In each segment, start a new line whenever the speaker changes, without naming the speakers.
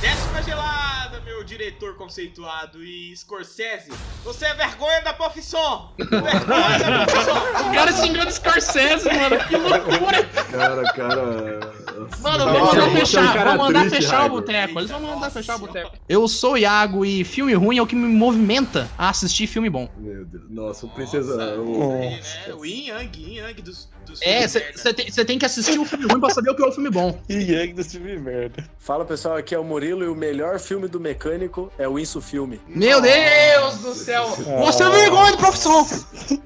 Décima gelada, meu diretor conceituado e Scorsese. Você é vergonha da profissão! Vergonha da profissão!
O cara xingando Scorsese, mano. Que loucura.
Cara, cara.
Mano, vamos
Tá maluco,
mandar
é um
fechar.
cara
Vamos mandar
triste,
fechar o
Raigo.
boteco. Eles vão
Eita,
mandar
nossa
fechar o
senhora.
boteco. Eu sou o Iago e filme ruim é o que me movimenta a assistir filme bom.
Meu Deus. Nossa, o princesa.
Nossa,
o-
É, o Yin Yang, Yin Yang dos. dos
É,
filmes de merda.
você tem, cê tem que assistir o filme ruim pra saber o que é o filme bom.
E Yang do time merda.
Fala pessoal, aqui é o Murilo e o melhor filme do mecânico é o Inso Filme.
Meu Deus do céu.
Você é vergonha do profissão!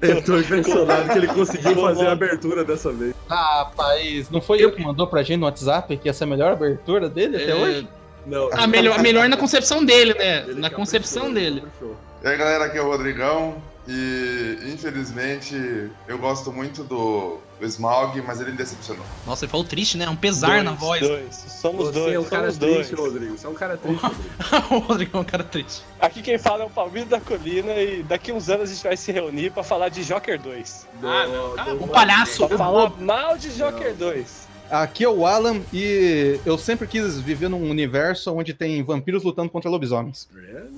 Eu tô impressionado que ele conseguiu fazer a abertura dessa vez.
Rapaz, não foi eu que mandou pra gente no WhatsApp que essa é a melhor abertura dele
É,
até hoje?
Não.
A Ah, melhor, a melhor na concepção dele, né?
ele
Na
caprichou,
concepção
ele
dele.
caprichou.
E aí galera, aqui é o Rodrigão e infelizmente eu gosto muito do, do Smaug, mas ele me decepcionou.
Nossa, ele falou triste, né? Um pesar na voz.
Dois. Somos
Você
dois, Então,
é um cara
somos dois.
triste, Rodrigo. Você é um cara
Ah,
triste, Rodrigo.
o Rodrigo é um cara triste.
Aqui quem fala é o Palmeiras da Colina e daqui uns anos a gente vai se reunir pra falar de Joker 2.
Ah, não, cala a
O
boca.
palhaço.
Pra falar mal de Joker 2.
Aqui é o Alan e eu sempre quis viver num universo onde tem vampiros lutando contra lobisomens.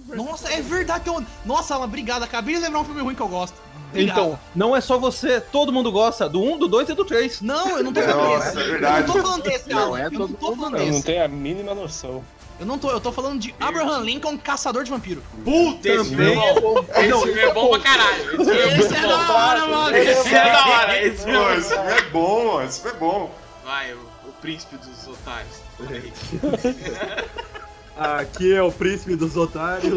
Nossa, é verdade que eu. Nossa, Alan, obrigado. Acabei de lembrar um filme ruim que eu gosto. Obrigado.
Então, não é só você, todo mundo gosta do 1, do 2 e do 3.
Não, eu não tô
Não,
falando
é
desse.
verdade.
Eu não tô falando desse,
Não,
Alan.
é
eu não
todo
tô
mundo,
falando
não.
Eu não
desse.
tenho a mínima noção.
Eu não tô, eu tô falando de Abraham Lincoln, caçador de vampiro.
Puta, esse filme é bom. Esse filme é bom pra caralho. Esse filme
Esse é da hora, mano.
Esse é da hora, esse
Pô,
filme é
esse filme é bom, esse filme é bom.
Vai, o, o príncipe dos otários. Olha aí.
Aqui é o príncipe dos otários.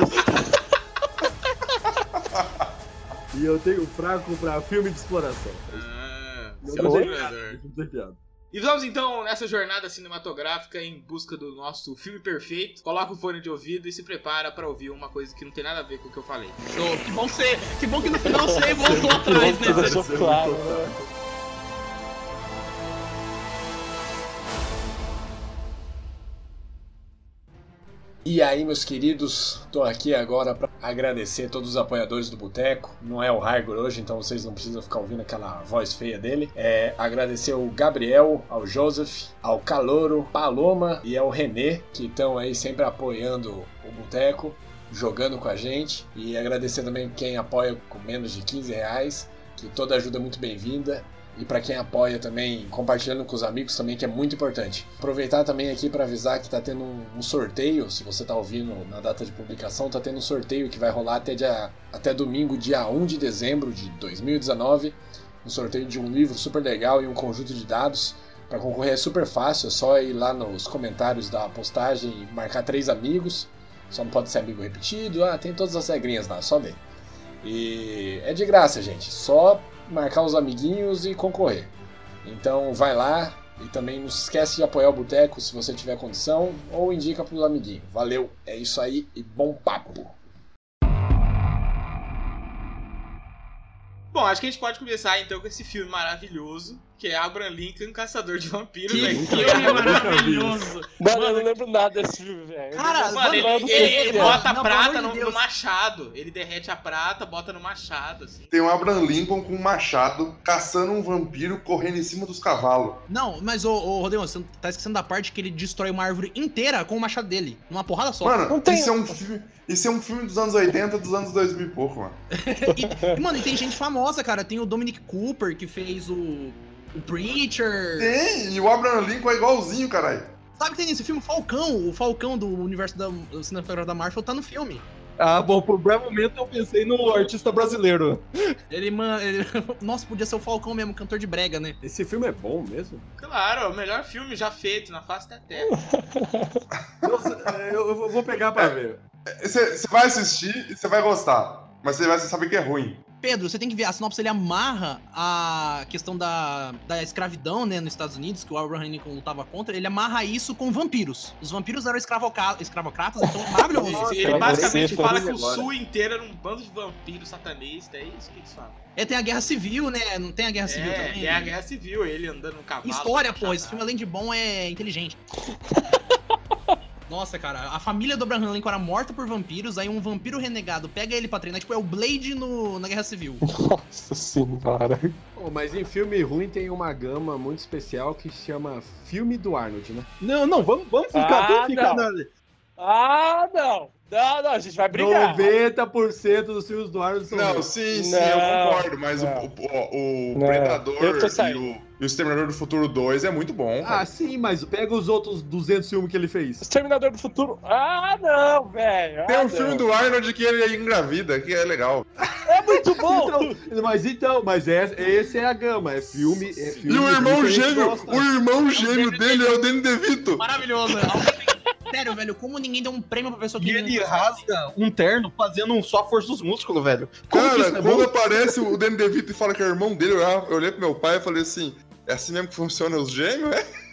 E eu tenho fraco pra filme de exploração.
Ah,
Não
seu
tem
jogador.
Não tem piada.
E vamos então nessa jornada cinematográfica em busca do nosso filme perfeito. Coloca o fone de ouvido e se prepara pra ouvir uma coisa que não tem nada a ver com o que eu falei.
Show. Que bom que você. Que bom que no final você voltou atrás, né?
Eu sou claro.
E aí, meus queridos, tô aqui agora pra agradecer todos os apoiadores do Boteco. Não é o Raigor hoje, então vocês não precisam ficar ouvindo aquela voz feia dele. É agradecer ao Gabriel, ao Joseph, ao Calouro, Paloma e ao René, que estão aí sempre apoiando o Boteco, jogando com a gente. E agradecer também quem apoia com menos de 15 reais, que toda ajuda é muito bem-vinda. E para quem apoia também, compartilhando com os amigos também, que é muito importante. Aproveitar também aqui para avisar que tá tendo um um sorteio, se você tá ouvindo na data de publicação, tá tendo um sorteio que vai rolar até, dia, até domingo, dia 1 de dezembro de 2019. Um sorteio de um livro super legal e um conjunto de dados. Para concorrer é super fácil, é só ir lá nos comentários da postagem e marcar três amigos. Só não pode ser amigo repetido, ah, tem todas as regrinhas lá, só ler. E é de graça, gente. Só marcar os amiguinhos e concorrer. Então vai lá e também não se esquece de apoiar o Boteco se você tiver condição ou indica pros amiguinhos. Valeu, é isso aí e bom papo.
Bom, acho que a gente pode começar então com esse filme maravilhoso, que é Abraham Lincoln, Caçador de Vampiros. né?
Que
velho.
filme maravilhoso.
Mano, eu não lembro nada desse filme, velho.
Cara,
Mano, ele,
Mano,
ele- ele
Deus.
bota
Não,
a
pelo
prata
amor
no,
de
no
Deus.
machado. Ele derrete a prata, bota no machado, assim.
Tem um Abraham Lincoln com um machado caçando um vampiro correndo em cima dos cavalos.
Não, mas ô, ô Rodrigo, você tá esquecendo da parte que ele destrói uma árvore inteira com o machado dele. Numa porrada só.
Mano,
Não tem-
isso, é um filme, isso é um filme dos anos 80, dos anos 2000 e pouco, mano.
E, mano, e tem gente famosa, cara. Tem o Dominic Cooper, que fez o. O Preacher.
Tem, e o Abraham Lincoln é igualzinho, caralho.
Sabe que tem esse filme Falcão? O Falcão do universo da do cinematográfico da Marvel tá no filme.
Ah, bom, por um breve momento eu pensei no artista brasileiro.
Ele, mano. Ele... Nossa, podia ser o Falcão mesmo, cantor de brega, né?
Esse filme é bom mesmo?
Claro, é o melhor filme já feito na face da Terra.
Nossa, é, eu, eu vou pegar pra ver.
Você você vai assistir e você vai gostar, mas você vai saber que é ruim.
Pedro, você tem que ver, a sinopse ele amarra a questão da, da escravidão, né, nos Estados Unidos, que o Abraham Lincoln lutava contra, ele amarra isso com vampiros. Os vampiros eram escravoca- escravocratas, então é maravilhoso.
Ele, ele basicamente fala que o sul inteiro era um bando de vampiros satanistas, é isso que eles falam.
É, tem a guerra civil, né, não tem a guerra civil
É,
também.
tem a guerra civil, ele andando no cavalo.
História, pô, esse filme além de bom é inteligente. Nossa, cara, a família do Abraham Lincoln era morta por vampiros, aí um vampiro renegado pega ele pra treinar, tipo, é o Blade no, na Guerra Civil.
Nossa senhora.
Pô, mas em filme ruim tem uma gama muito especial que se chama Filme do Arnold, né?
Não, não, vamos, vamos
ficar,
Ah,
vamos ficar
não.
na-
Ah, não. Não, não, a gente vai brigar.
90% dos filmes do Arnold são
Não,
ruins.
sim, sim, eu concordo, mas o, o, o
Não.
Predador
Eu tô
e
saindo.
o, e o Exterminador do Futuro 2 é muito bom.
Ah, sim, mas pega os outros 200 filmes que ele fez.
Exterminador do Futuro. Ah, não, velho.
Tem
Ah,
um
não.
filme do Arnold que ele engravida, que é legal.
É muito bom!
mas então, mas é, esse é a gama, é filme, é
E
filme
o irmão
ruim que a gente
gêmeo,
gosta.
o irmão gêmeo dele é o Danny DeVito.
Maravilhoso. Alguém- Sério, velho, como ninguém deu um prêmio pra pessoa que...
E ele rasga um terno fazendo um só a força dos músculos, velho. Como que
Cara,
isso é bom?
quando aparece o Danny DeVito e fala que é o irmão dele, eu eu olhei pro meu pai e falei assim, é assim mesmo que funciona os gêmeos, é?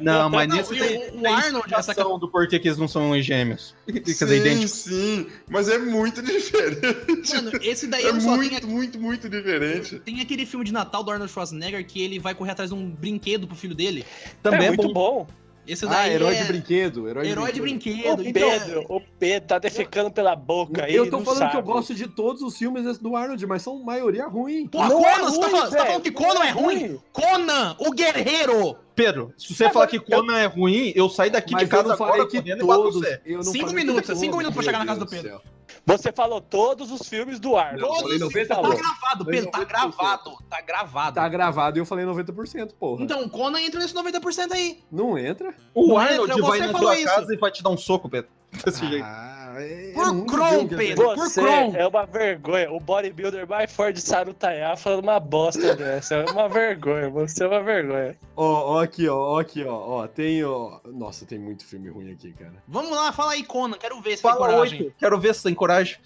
Não, mas
Não,
nisso
e
um tem,
o- o
tem
Arnold,
explicação do porquê que eles não são gêmeos. Quer dizer,
Sim,
idênticos.
sim, mas é muito diferente.
Mano, esse daí
é
ele só
muito,
tem um a-
muito, muito diferente.
Tem aquele filme de Natal do Arnold Schwarzenegger que ele vai correr atrás de um brinquedo pro filho dele.
Também É é muito bom. bom.
Esse daí
ah, herói
é...
de brinquedo, herói,
Herói de brinquedo,
O
então-
Pedro, o Pedro tá defecando pela boca aí.
Eu tô falando que eu gosto de todos os filmes do Arnold, mas são maioria ruim.
Porra,
Não
é
Conan, você,
ruim,
tá falando, você tá
velho,
falando que
não
Conan é ruim? Conan, o guerreiro!
Pedro, se você falar que Conan é ruim, eu saio daqui
Mas
de casa
eu não falei
agora
que
correndo e bato
todos-
você.
eu não
Cinco
falei que
minutos,
todos,
cinco minutos pra
meu
chegar na casa do
Deus
Pedro.
céu.
Você falou todos os filmes do Arnold.
Não, eu falei
Você
90%.
falou.
Tá gravado, Pedro, tá gravado, tá gravado.
Tá gravado e eu falei 90%, porra.
Então, Conan entra nesse 90% aí.
Não entra?
O
Não
Arnold
entra,
vai
você
na
falou
sua
isso.
casa e vai te dar um soco, Pedro. Desse jeito.
Ah, é,
Por Kron, Pedro, por
Você
Kron.
é uma vergonha. O bodybuilder mais forte de Sarutaiá falando uma bosta dessa. É uma vergonha. Você é uma vergonha.
Ó, ó aqui, ó, ó aqui, ó, ó, tem, ó... Nossa, tem muito filme ruim aqui, cara.
Vamos lá, fala aí, Conan, quero ver se tem
Fala
coragem.
oito, quero ver se tem coragem.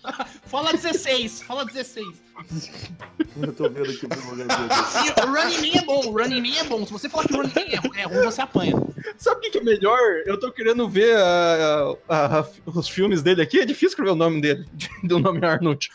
Fala 16, fala 16.
Eu tô vendo aqui o filmografia dele.
E o Running Man é bom, o Running Man é bom. Se você falar que o Running Man é, é ruim, você apanha.
Sabe o que que é melhor? Eu tô querendo ver ah, ah, ah, os filmes dele aqui. É difícil escrever o nome dele, do nome Arnold.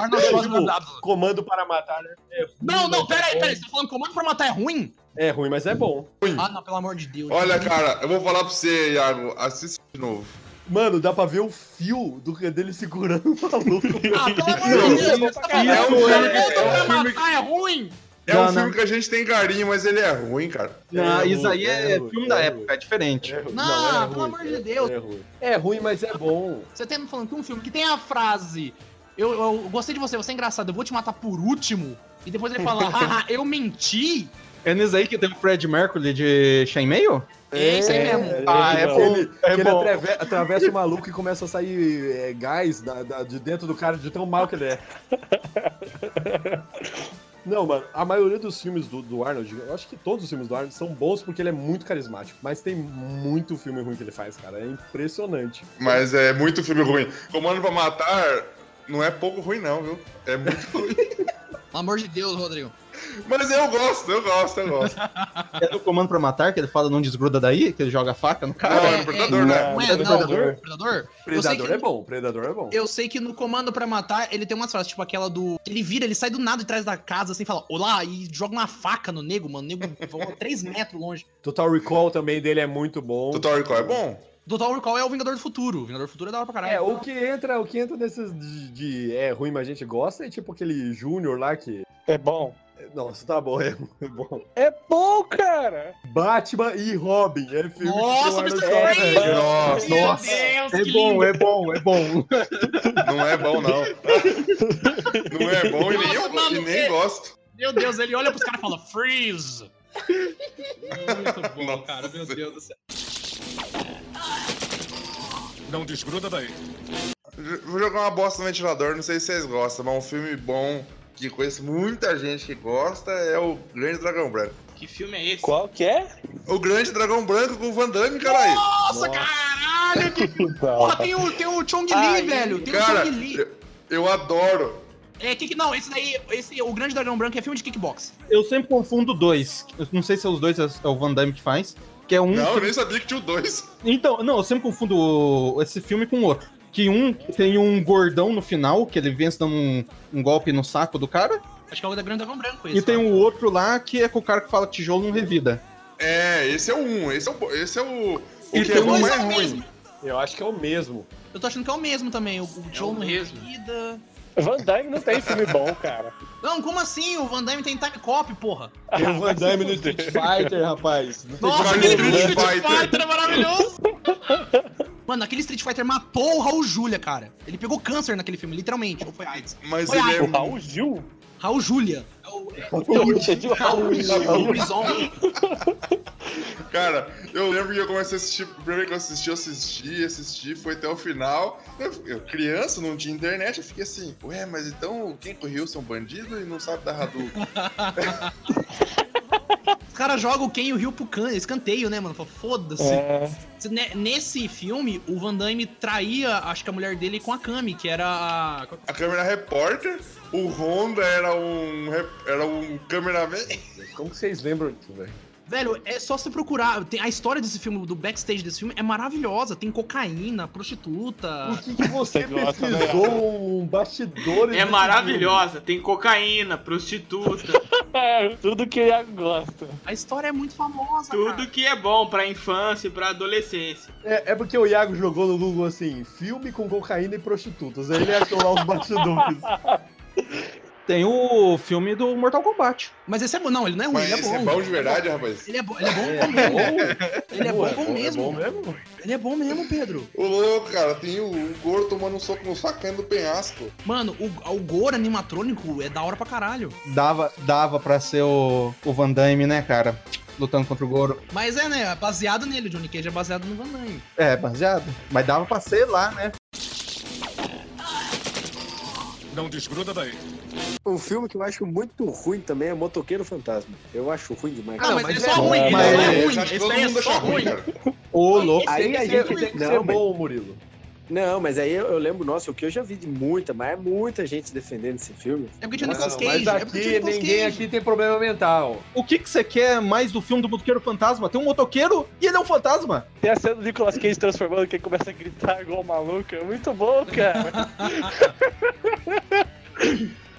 Arnold Schwarzenegger.
Comando para matar, né? É ruim,
Não, não,
mas é
pera aí,
bom.
pera aí. Você tá falando comando pra matar é ruim?
É ruim, mas é bom.
Ah, não, pelo amor de Deus.
Olha, cara, eu vou falar pra você, Iago, assiste de novo.
Mano, dá pra ver o fio do dele segurando o maluco.
Ah, pelo amor de Deus,
É um filme que- é um
pra
filme
matar é ruim?
É um filme que a gente tem carinho, mas ele é ruim, cara.
Ah, isso aí é, filme da época, é diferente.
Não, pelo amor de Deus.
É ruim, mas é bom.
Você tá me falando que um filme que tem a frase eu, eu gostei de você, você é engraçado, eu vou te matar por último. E depois ele fala, haha, eu menti.
É nisso aí que tem o Fred Mercury de Shane Mail?
É isso aí mesmo.
Ah, é bom.
Ele,
É
ele
bom.
atreve- atravessa o maluco e começa a sair é, gás da- da- de dentro do cara de tão mal que ele é. Não, mano, a maioria dos filmes do, do Arnold, eu acho que todos os filmes do Arnold são bons porque ele é muito carismático. Mas tem muito filme ruim que ele faz, cara. É impressionante.
Mas é muito filme ruim. Comando pra Matar não é pouco ruim, não, viu? É muito ruim.
Pelo amor de Deus, Rodrigo.
Mas eu gosto, eu gosto, eu gosto.
É no Comando pra Matar, que ele fala não desgruda daí, que ele joga a faca no cara.
Não, é no Predador, né?
Não é,
É no
não,
Predador.
Predador? Eu sei
Predador
que,
é bom, Predador é bom.
Eu sei que no Comando pra Matar, ele tem umas frases, tipo aquela do... Ele vira, ele sai do nada de trás da casa, assim, fala, olá, e joga uma faca no nego, mano. O nego voa 3 metros longe.
Total Recall também dele é muito bom.
Total Recall é bom?
Total Recall é o Vingador do Futuro. O Vingador do Futuro é da hora pra caralho.
É, o que entra, o que entra nesses de, de é ruim, mas a gente gosta, é tipo aquele Júnior lá que.
É bom.
Nossa, tá bom, é, é bom.
É bom, cara!
Batman e Robin, é filme
Nossa,
do
Mr.
Arnold
Freeze!
Schwarzenegger.
Nossa,
Meu
nossa.
Deus,
é
que
bom,
lindo.
é bom, é bom.
Não é bom, não. Não é bom e nem, eu,
Nossa,
e
mano,
nem
é-
gosto.
Meu Deus, ele olha pros caras e fala, freeze. Muito bom,
Nossa
cara, meu Deus do céu.
Não desgruda daí. Vou jogar uma bosta no ventilador, não sei se vocês gostam, mas um filme bom que conheço muita gente que gosta é o Grande Dragão Branco.
Que filme é esse?
Qual que é?
O Grande Dragão Branco com o Van Damme, caralho.
Nossa, caralho, que... Porra, tem um o, tem o Chong Li, velho. Tem o
cara,
Chong Li.
eu- eu adoro.
É, kick, não, esse daí, esse, o Grande Dragão Branco é filme de kickbox.
Eu sempre confundo dois. Eu não sei se é os dois é é o Van Damme que faz. Que é um.
Não, eu
que-
nem sabia que tinha o dois.
Então, não, eu sempre confundo o- esse filme com o outro. Que um tem um gordão no final, que ele vence dando um, um golpe no saco do cara.
Acho que é o da Grande Dragão Branco esse.
E tem um o outro lá que é com o cara que fala tijolo não revida.
É, esse é o um, esse é o. bo- Esse é o. O
E
que
tem
é bom
um-
é
é o
ruim.
Eu acho que é o mesmo.
Eu tô achando que é o mesmo também, o, o Joe no
mesmo.
Vida.
Van Damme não tem filme bom, cara.
Não, como assim? O Van Damme tem time cop, porra.
Tem o Van Damme no Street Fighter, rapaz. Não tem
Nossa,
como
aquele
não.
Street Fighter. é maravilhoso! Mano, aquele Street Fighter matou o Raul Júlia, cara. Ele pegou câncer naquele filme, literalmente. Ou foi AIDS.
Mas
foi
ele é
AIDS.
O Raul
Gil?
Raul Júlia. É o- é o-
entendi o Raul Gil.
Raul Bison.
Cara, eu lembro que eu comecei a assistir. O primeiro que eu assisti, eu assisti, assisti, foi até o final. Eu, eu criança, não tinha internet, eu fiquei assim, ué, mas então quem correu são bandidos e não sabe da Hadouken?
Os caras jogam o Ken e o Ryu pro can, escanteio, né, mano? Fala, Foda-se.
É.
Se ne- Nesse filme, o Van Damme traía, acho que a mulher dele com a Kami, que era a. qual
A câmera repórter, o Honda era um. rep- Era um cameraman.
Como que vocês lembram disso, velho?
Velho, é só você procurar. Tem, a história desse filme, do backstage desse filme, é maravilhosa. Tem cocaína, prostituta.
Por que, que você
gosta,
né?
pesquisou um bastidor?
É maravilhosa, tem cocaína, prostituta,
É, Tudo que ele gosta.
A história é muito famosa, cara.
tudo que é bom pra infância e pra adolescência.
É, é porque o Iago jogou no Google assim, filme com cocaína e prostitutas. Aí ele achou lá os bastidores.
Tem o filme do Mortal Kombat.
Mas esse é bom. Não, ele não é ruim,
Mas
ele é
esse
bom.
é bom de verdade, rapaz?
Ele é bom, ele é bom mesmo. Ele é bom, bom mesmo. Ele é bom mesmo, Pedro.
Ô louco, cara, tem o, o Goro tomando um soco no saco caindo do penhasco.
Mano, o, o Gore animatrônico é da hora pra caralho.
Dava, dava pra ser o, o Van Damme, né, cara? Lutando contra o Goro.
Mas é, né? Baseado nele, Johnny Cage é baseado no Van Damme.
É, baseado. Mas dava pra ser lá, né?
Não desgruda daí.
Um filme que eu acho muito ruim também é Motoqueiro Fantasma. Eu acho ruim demais.
Ah, mas ele é só ruim, ele só é ruim. Esse daí é só ruim.
Ô, louco.
Aí a gente tem que ser bom,
Murilo.
Não, mas aí eu, eu lembro, nossa, o que eu já vi de muita, mas é muita gente defendendo esse filme.
É porque é tinha
Não, mas aqui ninguém aqui tem problema mental.
O que que você quer mais do filme do Motoqueiro Fantasma? Tem um motoqueiro e ele é um fantasma.
Tem a cena do Nicolas Cage transformando que ele começa a gritar igual maluco. É muito bom, cara.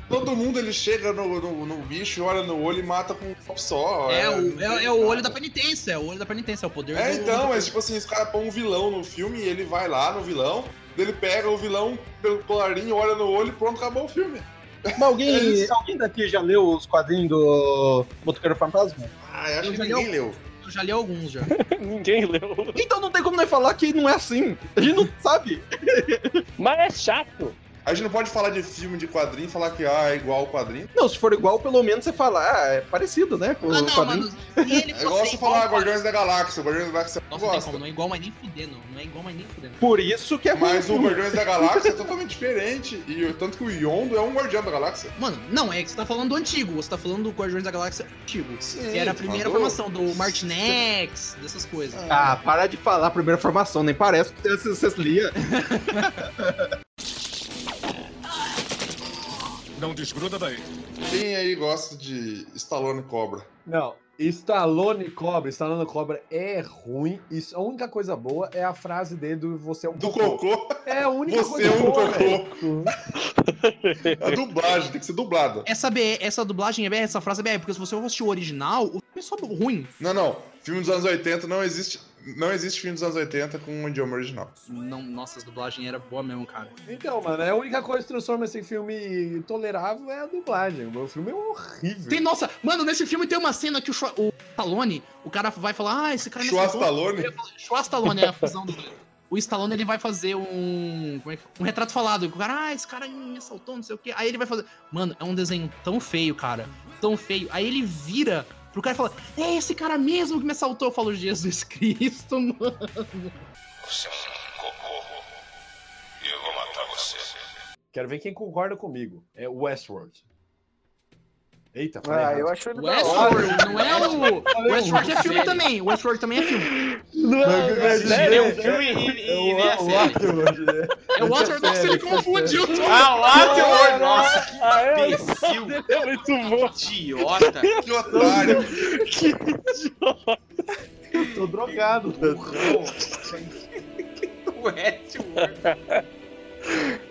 Todo mundo ele chega no, no, no bicho, olha no olho e mata com um copo só.
É o,
não
é,
tem
é o olho da
nada.
penitência, é o olho da penitência, é o poder
É,
do-
então, mas tipo assim, os caras põem um vilão no filme e ele vai lá no vilão, ele pega o vilão pelo colarinho, olha no olho e pronto, acabou o filme. É
Mas alguém, alguém daqui já leu os quadrinhos do Motoqueiro Fantasma?
Ah, eu acho
Eu
que
já
ninguém
leu.
leu.
Eu já li alguns já.
Ninguém leu.
Então não tem como nós falar que não é assim. A gente não sabe.
Mas é chato.
A gente não pode falar de filme de quadrinho e falar que ah, é igual o quadrinho.
Não, se for igual, pelo menos você fala, ah, é parecido, né?
Ah,
Com o quadrinho.
E ele
É igual você falar Guardiões da Galáxia, Guardiões da Galáxia eu
Nossa, não tem
gosta.
como, não é igual, mas nem fudendo. Não é igual, mas nem fudendo.
Por isso que é ruim.
Mas o Guardiões da Galáxia é totalmente diferente. E o- tanto que o Yondo é um Guardião da Galáxia.
Mano, não, é que você tá falando do antigo, você tá falando do Guardiões da Galáxia antigo.
Sim,
que era a primeira
falou.
formação do Martinex, dessas coisas.
Ah, para de falar a primeira formação, nem parece que vocês vocês lia.
Não desgruda daí.
Quem aí gosta de Stallone Cobra?
Não, Stallone Cobra, Stallone Cobra é ruim. Isso, a única coisa boa é a frase dele do você é um
Do cocô?
É a única
Você é
coisa
um
boa, velho.
cocô. A dublagem tem que ser dublada.
Essa, BR, essa dublagem é BR, essa frase é BR, porque se você for assistir o original, o filme é só ruim.
Não, não. Filme dos anos 80 não existe. Não existe filme dos anos 80 com um idioma original.
Não, nossa, essa dublagem era boa mesmo, cara.
Então, mano, é a única coisa que transforma esse filme tolerável é a dublagem. O filme é horrível.
Tem, nossa, mano, nesse filme tem uma cena que o, Schwa- o Stallone, o cara vai falar, ah, esse cara... me salvou."
Schwastalone?
Schwa Stallone é a fusão dos dois. O Stallone, ele vai fazer um... como é que- um retrato falado. O cara, ah, esse cara me assaltou, não sei o quê. Aí ele vai fazer... Mano, é um desenho tão feio, cara. Tão feio. Aí ele vira pro cara e fala, é esse cara mesmo que me assaltou. Eu falo, Jesus Cristo, mano.
Seu cocô. Eu vou matar você.
Quero ver quem concorda comigo. É Westworld. Eita, falei
Ah,
errado.
eu acho ele
Westworld, não é o. Westworld é filme também. Westworld também é filme.
Não,
é
sério,
é um
filme
e-
e nem
O Waterworld, né?
É o Waterworld que ele confundiu. tudo.
Ah, o Waterworld, nossa, que
Ah,
imbecil.
É muito bom.
Idiota.
Que otário.
que idiota.
Tô drogado.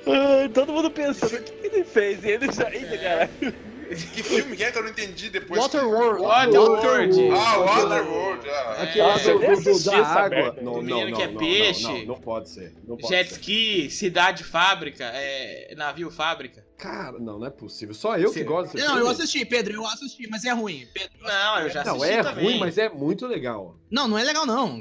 Ai, Todo mundo pensando, o que que ele fez? E ele já... Eita, caralho.
Que filme que é que eu não entendi depois?
Waterworld.
Waterworld. Ah, Waterworld. Ah,
Aquela
Ah, eu
é do,
nem
do- do-
assisti
da
essa
água.
merda.
Não,
Do
não,
menino
não,
que é
não, não,
peixe.
Não, não pode ser. Não pode
Jet
ser.
ski, cidade fábrica, é, navio fábrica.
Cara, não, não é possível. Só eu que
Sim.
gosto desse
Não, eu
filme.
assisti, Pedro, eu assisti, mas é ruim. Pedro,
não, eu já
Não, é ruim, mas é muito legal.
Não, não é legal, não.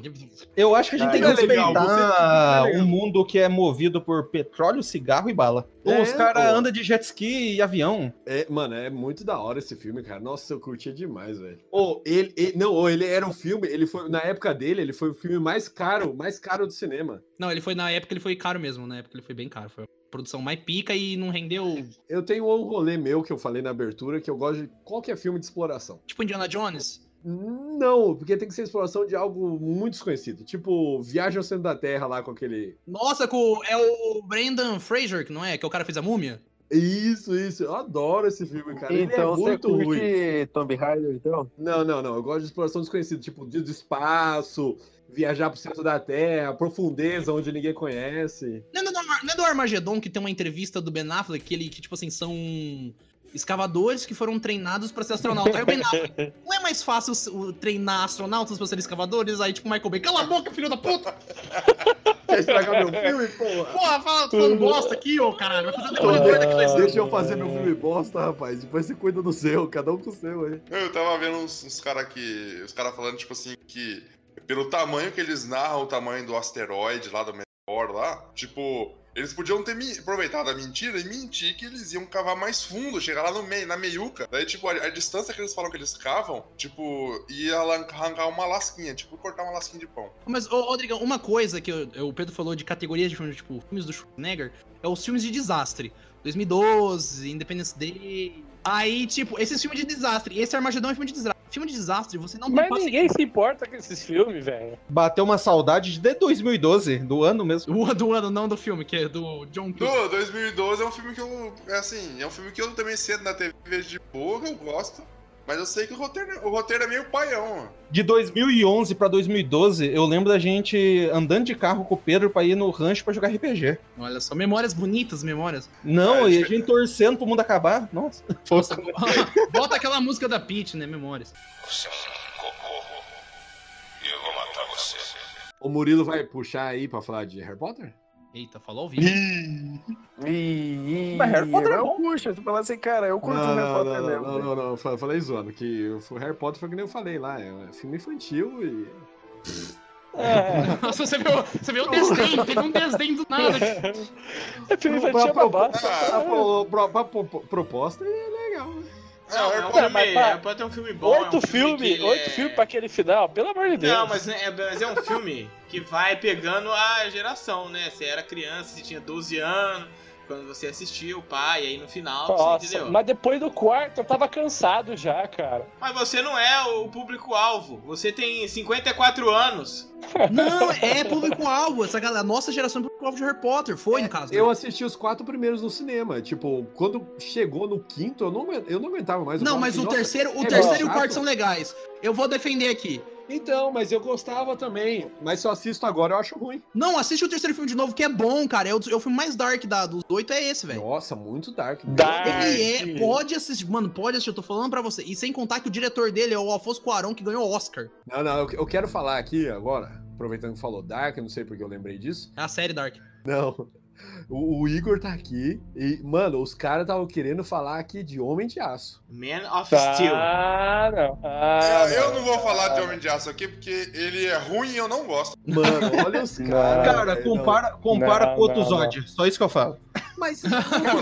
Eu acho que a gente
Ah,
tem que
não é legal,
respeitar
você-
um mundo que é movido por petróleo, cigarro e bala.
É,
Os caras
pô.
andam de jet ski e avião.
É, mano, é muito da hora esse filme, cara. Nossa, eu curtia demais, velho. Ou ele, ele- não, ou ele era um filme, ele foi na época dele, ele foi o filme mais caro, mais caro do cinema.
Não, ele foi na época, ele foi caro mesmo. Na época ele foi bem caro. Foi a produção mais pica e não rendeu.
Eu tenho um rolê meu que eu falei na abertura que eu gosto de qualquer filme de exploração.
Tipo Indiana Jones?
Não, porque tem que ser exploração de algo muito desconhecido, tipo Viagem ao Centro da Terra lá com aquele
Nossa, com- é o Brendan Fraser, que não é? Que é o cara que fez a múmia?
Isso, isso. Eu adoro esse filme, cara. Ele
Então
é
você
muito ruim.
curte Tomb Raider, então?
Não, não, não. Eu gosto de exploração desconhecida, tipo de do espaço, viajar pro centro da Terra, profundeza onde ninguém conhece.
Não é, do, Arma- não é do Armagedon que tem uma entrevista do Ben Affleck que ele, que tipo assim, são escavadores que foram treinados pra ser astronauta. Aí o Ben Affleck, não é mais fácil s- o- treinar astronautas pra serem escavadores? Aí tipo, o Michael Bay, cala a boca, filho da puta!
Quer estragar meu filme, porra?
Porra, fala, falando bosta aqui, ô caralho, vai fazer um demolidor daqui dois
Ah,
anos.
Deixa eu fazer meu filme bosta, rapaz. Depois você cuida do seu, cada um com o seu aí.
Eu tava vendo uns, uns caras que. Os caras falando, tipo assim, que pelo tamanho que eles narram, o tamanho do asteroide lá, do meteoro lá, tipo, eles podiam ter men- aproveitado a mentira e mentir que eles iam cavar mais fundo, chegar lá no meio, na meiuca. Daí, tipo, a, a distância que eles falam que eles cavam, tipo, ia lan- arrancar uma lasquinha, tipo, cortar uma lasquinha de pão.
Mas, ô, Rodrigão, uma coisa que eu- eu- o Pedro falou de categorias de filmes, tipo, filmes do Schwarzenegger, é os filmes de desastre. 2012, Independence Day. Aí, tipo, esse filme de desastre, esse Armagedon é filme de desastre. Filme de desastre, você não
Mas
passa-
ninguém se importa com esses filmes, velho.
Bateu uma saudade de 2012, do ano mesmo.
O do ano, não do filme, que é do John
Do 2012 é um filme que eu. É assim, é um filme que eu também cedo na TV vejo de boa, eu gosto. Mas eu sei que o roteiro, o roteiro é meio paião.
De 2011 pra 2012, eu lembro da gente andando de carro com o Pedro pra ir no rancho pra jogar RPG.
Olha só, memórias bonitas, memórias.
Não, e a gente torcendo pro mundo acabar. Nossa.
Bota aquela música da Peach, né? Memórias.
Você é um cocô. E eu vou matar você.
O Murilo vai puxar aí pra falar de Harry Potter?
Eita, falou ao vivo.
Mas Harry
é
Potter não puxa, você fala assim, cara, eu curto
Não,
Harry
não,
Potter
não,
mesmo.
não, não, não, eu fa- falei zoando, que o Harry Potter foi que nem eu falei lá, é filme infantil e...
Nossa, você viu, você viu o desdém, teve um desdém do nada.
É filme
Pra-
infantil
pra-
bobaço.
pra- pra- pra- pra- pra- proposta é legal, né?
Não, é um
Cara,
filme,
mas pá,
é, pode ter um filme bom. é um
Oito filmes,
que é-
oito filmes pra aquele final, pelo amor de Deus.
Não, mas né, é, mas é um filme que vai pegando a geração, né? Você era criança, você tinha 12 anos, quando você assistia o pai, aí no final,
Nossa,
você entendeu?
mas depois do quarto eu tava cansado já, cara.
Mas você não é o público-alvo. Você tem 54 anos.
Não, é público-alvo. Essa galera, a nossa geração é público-alvo de Harry Potter. Foi, no caso. né?
É, Eu assisti os quatro primeiros no cinema. Tipo, quando chegou no quinto, eu não, aguent- eu não aguentava mais. eu
Não,
falava
mas
assim,
o
"Nossa,
terceiro, o
é
terceiro e o
chato".
quarto são legais. Eu vou defender aqui.
Então, mas eu gostava também. Mas se eu assisto agora, eu acho ruim.
Não, assiste o terceiro filme de novo, que é bom, cara. É o, é o filme mais dark da, dos oito, é esse, velho.
Nossa, muito dark.
Ele é, pode assistir, mano, pode assistir, eu tô falando pra você. E sem contar que o diretor dele é o Alfonso Cuarón, que ganhou o Oscar.
Não, não, eu- eu quero falar aqui agora, aproveitando que falou Dark, eu não sei porque eu lembrei disso.
É a série Dark.
Não. O, o Igor tá aqui e, mano, os caras estavam querendo falar aqui de Homem de Aço.
Man of
Tá.
Steel.
Ah, não. Ah,
eu, eu não vou falar de Homem de Aço aqui porque ele é ruim e eu não gosto.
Mano, olha os caras.
Cara, compara, compara
Não,
com outro
não, não.
Zod. Só isso que eu falo.
Mas.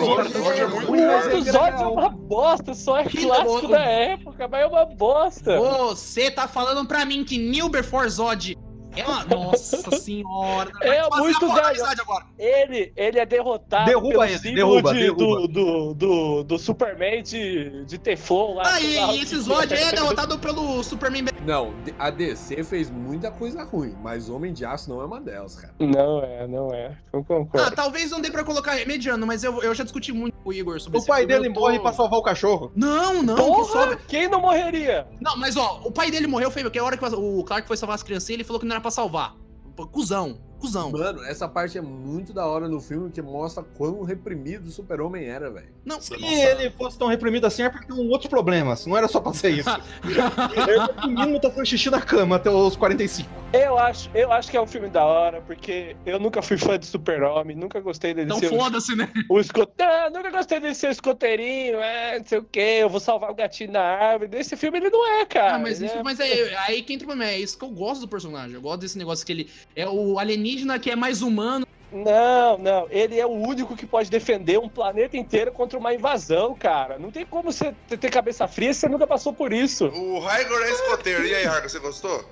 é
O Zod é uma bosta, só é clássico da época, mas é uma bosta.
Você tá falando pra mim que New Before Zod Ela, nossa senhora.
É
Vai fazer
muito
a
velho.
polarizade agora.
Ele, ele é derrotado
Derruba
pelo
ele,
símbolo
derruba,
de-
derruba.
Do, do, do, do Superman de, de Teflon lá.
Ah,
sei
e,
lá o
tá.
e
que
esse
que
Zod é derrotado pelo Superman.
É.
Não, a DC fez muita coisa ruim, mas Homem de Aço não é uma delas, cara.
Não é, não é. Eu
Ah,
concordo.
talvez não dê pra colocar mediano, mas eu, eu já discuti muito com o Igor sobre
O
esse
pai
filme,
dele
eu tô-
morre pra salvar o cachorro.
Não, Ah, não,
Porra,
quem não morreria?
Não, mas ó, o pai dele morreu, foi porque a hora que o Clark foi salvar as criancinhas, ele falou que não era pra salvar. Pô, Cusão, cuzão.
Mano, essa parte é muito da hora no filme que mostra quão reprimido o super-homem era, velho.
Não,
Se ele fosse tão reprimido assim, é porque tem um outro problema. Não era só pra ser isso. eu tô mínimo tá fazendo xixi na cama até os 45.
Eu acho, eu acho que é um filme da hora, porque eu nunca fui fã de Super-Homem, nunca gostei dele
Então
ser. um-
foda-se, né?
O escote... Ah, nunca gostei dele ser escoteirinho, é, não sei o quê, eu vou salvar o gatinho na árvore. Nesse filme ele não é, cara.
Ah, mas
ele
isso, mas é, aí que entra o problema. É isso que eu gosto do personagem. Eu gosto desse negócio que ele é o alienígena que é mais humano.
Não, não. Ele é o único que pode defender um planeta inteiro contra uma invasão, cara. Não tem como você ter ter cabeça fria se você nunca passou por isso.
O Raigor é escoteiro. E aí, Raigor, você gostou?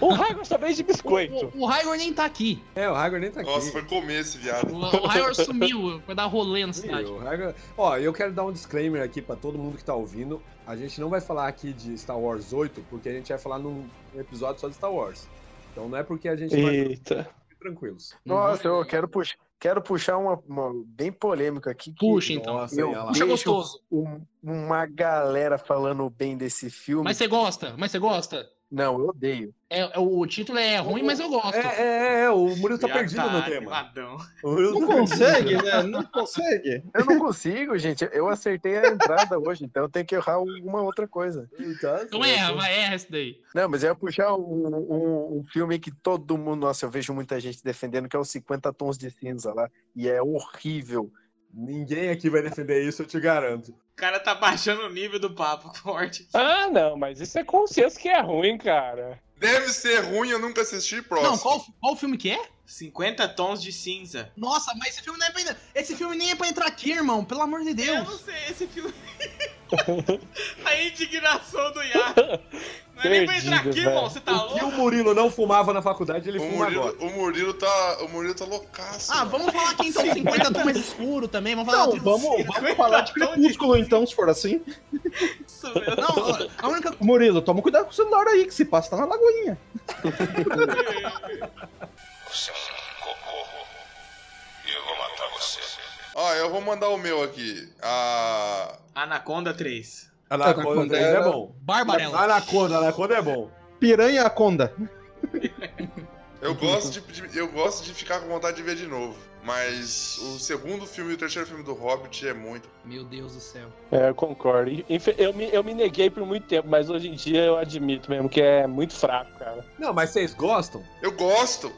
O Raigor só vem de biscoito.
O Raigor nem tá aqui.
É, o Raigor nem tá aqui.
Nossa, foi comer esse viado.
O, o Raigor sumiu, foi dar rolê na cidade.
O Raigor- Ó, eu quero dar um disclaimer aqui pra todo mundo que tá ouvindo. A gente não vai falar aqui de Star Wars 8, porque a gente vai falar num episódio só de Star Wars. Então não é porque a gente
Eita.
Fiquem tranquilos.
Nossa, Então, eu quero, pux... quero puxar uma, uma bem polêmica aqui. que
Puxa, então.
Nossa,
assim,
eu
Nossa, puxa
vejo
gostoso.
um- uma galera falando bem desse filme.
Mas você gosta, mas você gosta.
Não, eu odeio.
É, é, o título é ruim, mas eu gosto.
É, é, é, o Murilo tá perdido no tema. O Murilo
Não
tá perdido.
consegue, né? Não consegue.
Eu não consigo, gente. Eu acertei a entrada hoje, então eu tenho que errar alguma outra coisa.
Então erra, vai, erra esse daí.
Não, mas eu ia puxar um, um- um filme que todo mundo. Nossa, eu vejo muita gente defendendo, que é os 50 Tons de Cinza lá. E é horrível.
Ninguém aqui vai defender isso, eu te garanto.
O cara tá baixando o nível do papo forte.
Ah, não, mas isso é consenso que é ruim, cara.
Deve ser ruim, eu nunca assisti próximo.
Não, qual, qual filme que é?
50 tons de cinza.
Nossa, mas esse filme não é pra, esse filme nem é pra entrar aqui, irmão, pelo amor de Deus. Eu não
sei, esse filme. A indignação do Iago. Não é nem pra entrar aqui, irmão. Você tá
E
louco?
o Murilo não fumava na faculdade, ele
O
fuma
Murilo,
agora.
o Murilo tá. O Murilo tá loucaço.
Ah, vamos falar aqui então 50 tons mais escuro também, vamos falar
Não,
de-
vamos, vamos
tá
falar de crepúsculo então, se for assim.
Não, a única...
Murilo, toma cuidado com o celular aí, que se passa tá na lagoinha.
Seu cocô. Eu vou matar você.
Ó, eu vou mandar o meu aqui. Ah, A.
Anaconda 3.
Anaconda três é bom.
Barbarella.
Anaconda, Anaconda é bom.
Piranha Aconda.
Eu gosto, de, de- eu gosto de ficar com vontade de ver de novo. Mas o segundo filme e o terceiro filme do Hobbit é muito.
Meu Deus do céu.
É, eu concordo. Infe- Eu me, eu me neguei por muito tempo, mas hoje em dia eu admito mesmo que é muito fraco, cara.
Não, mas vocês gostam?
Eu gosto!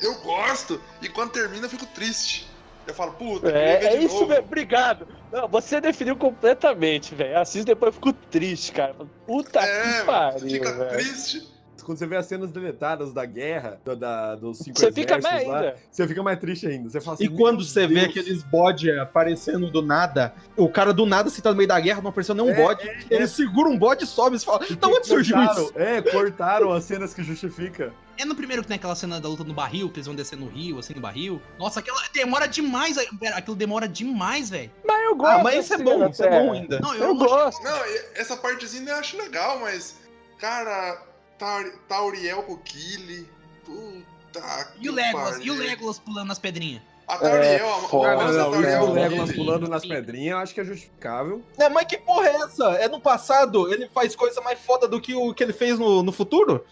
Eu gosto! E quando termina, eu fico triste. Eu falo, puta,
É,
queria ver
é
de
isso,
novo.
velho. Obrigado. Não, você definiu completamente, velho. Assisto depois eu fico triste, cara. Falo, Puta Ah, que pariu,
É, fica
velho.
triste. né?
Quando você vê as cenas deletadas da guerra, da, da- dos cinco
Você fica
exércitos
mais
lá,
ainda.
você fica mais triste ainda. Você fala assim,
E quando você vê
Deus.
aqueles bode aparecendo do nada, o cara do nada, se tá no meio da guerra, não apareceu nenhum
É,
bode,
é,
ele
é.
segura um bode e sobe e fala, da onde surgiu
cortaram,
isso?
É, cortaram as cenas que justifica.
É no primeiro que tem aquela cena da luta no barril, que eles vão descer no rio, assim, no barril. Nossa, aquela demora demais, pera, aquilo demora demais, velho.
Mas eu assim, né?
gosto mas isso é dessa bom, isso é cena, bom cara. ainda.
Não, eu,
Eu
gosto.
gosto.
Não, e- essa partezinha eu acho legal, mas. Cara, Taur- Tauriel com o Kili. Puta
E o
que
Legolas, e
pariu.
o Legolas pulando nas pedrinhas.
A
É,
Tauriel, a-
Ah,
Não,
a-
não, não,
a
isso
Tauriel.
do Legolas pulando nas pedrinhas, eu acho que é justificável.
É, mas que porra é essa? É no passado? Ele faz coisa mais foda do que o que ele fez no, no futuro?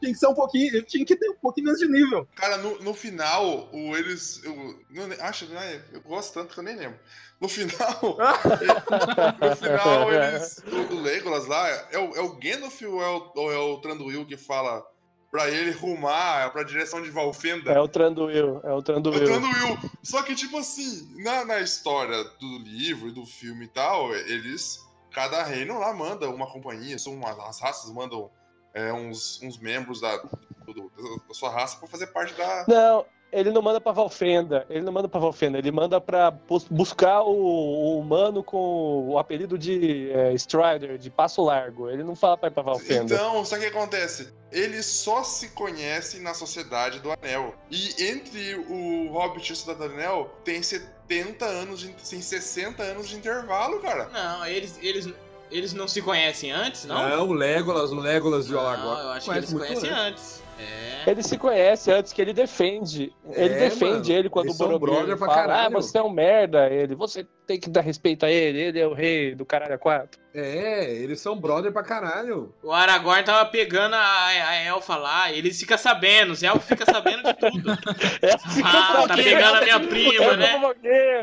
Tinha que ser um pouquinho, tinha que ter um pouquinho menos de nível.
Cara, no, no final, o, eles. Eu, não, ne- acho, né, eu gosto tanto que eu nem lembro. No final. no final, eles. O, do Legolas lá, é o, é o Gandalf ou é o, ou é o Tranduil que fala pra ele rumar é pra direção de Valfenda?
É o Tranduil, é o
O
Tranduil.
Tranduil. Só que, tipo assim, na, na história do livro e do filme e tal, eles. Cada reino lá manda uma companhia, são uma- as raças mandam é, uns, uns membros da, do- do- da sua raça pra fazer parte da.
Não, ele não manda pra Valfenda, ele não manda pra Valfenda, ele manda pra bus- buscar o, o humano com o apelido de é, Strider, de Passo Largo. Ele não fala pra ir pra Valfenda.
Então, sabe o que acontece? Eles só se conhecem na Sociedade do Anel. E entre o Hobbit e a Sociedade do Anel tem 70 anos, de, tem 60 anos de intervalo, cara.
Não, eles, eles, eles não se conhecem antes, não?
Não, o Legolas, o Legolas É, de
Não,
Alagoas.
eu acho que
Conhece
eles
muito
conhecem
antes.
antes. É.
Ele se conhece antes que ele defende. Ele
É,
defende
mano.
ele quando o
Eles são
Boromir
brother pra
fala, ah,
caralho."
você é um merda, ele, você tem que dar respeito a ele, ele é o rei do caralho a quatro.
É, eles são brother pra caralho.
O Aragorn tava pegando a, a elfa lá, ele fica sabendo, os elfos ficam sabendo de tudo.
É assim,
Né?
ah, tá pegando a minha prima, né?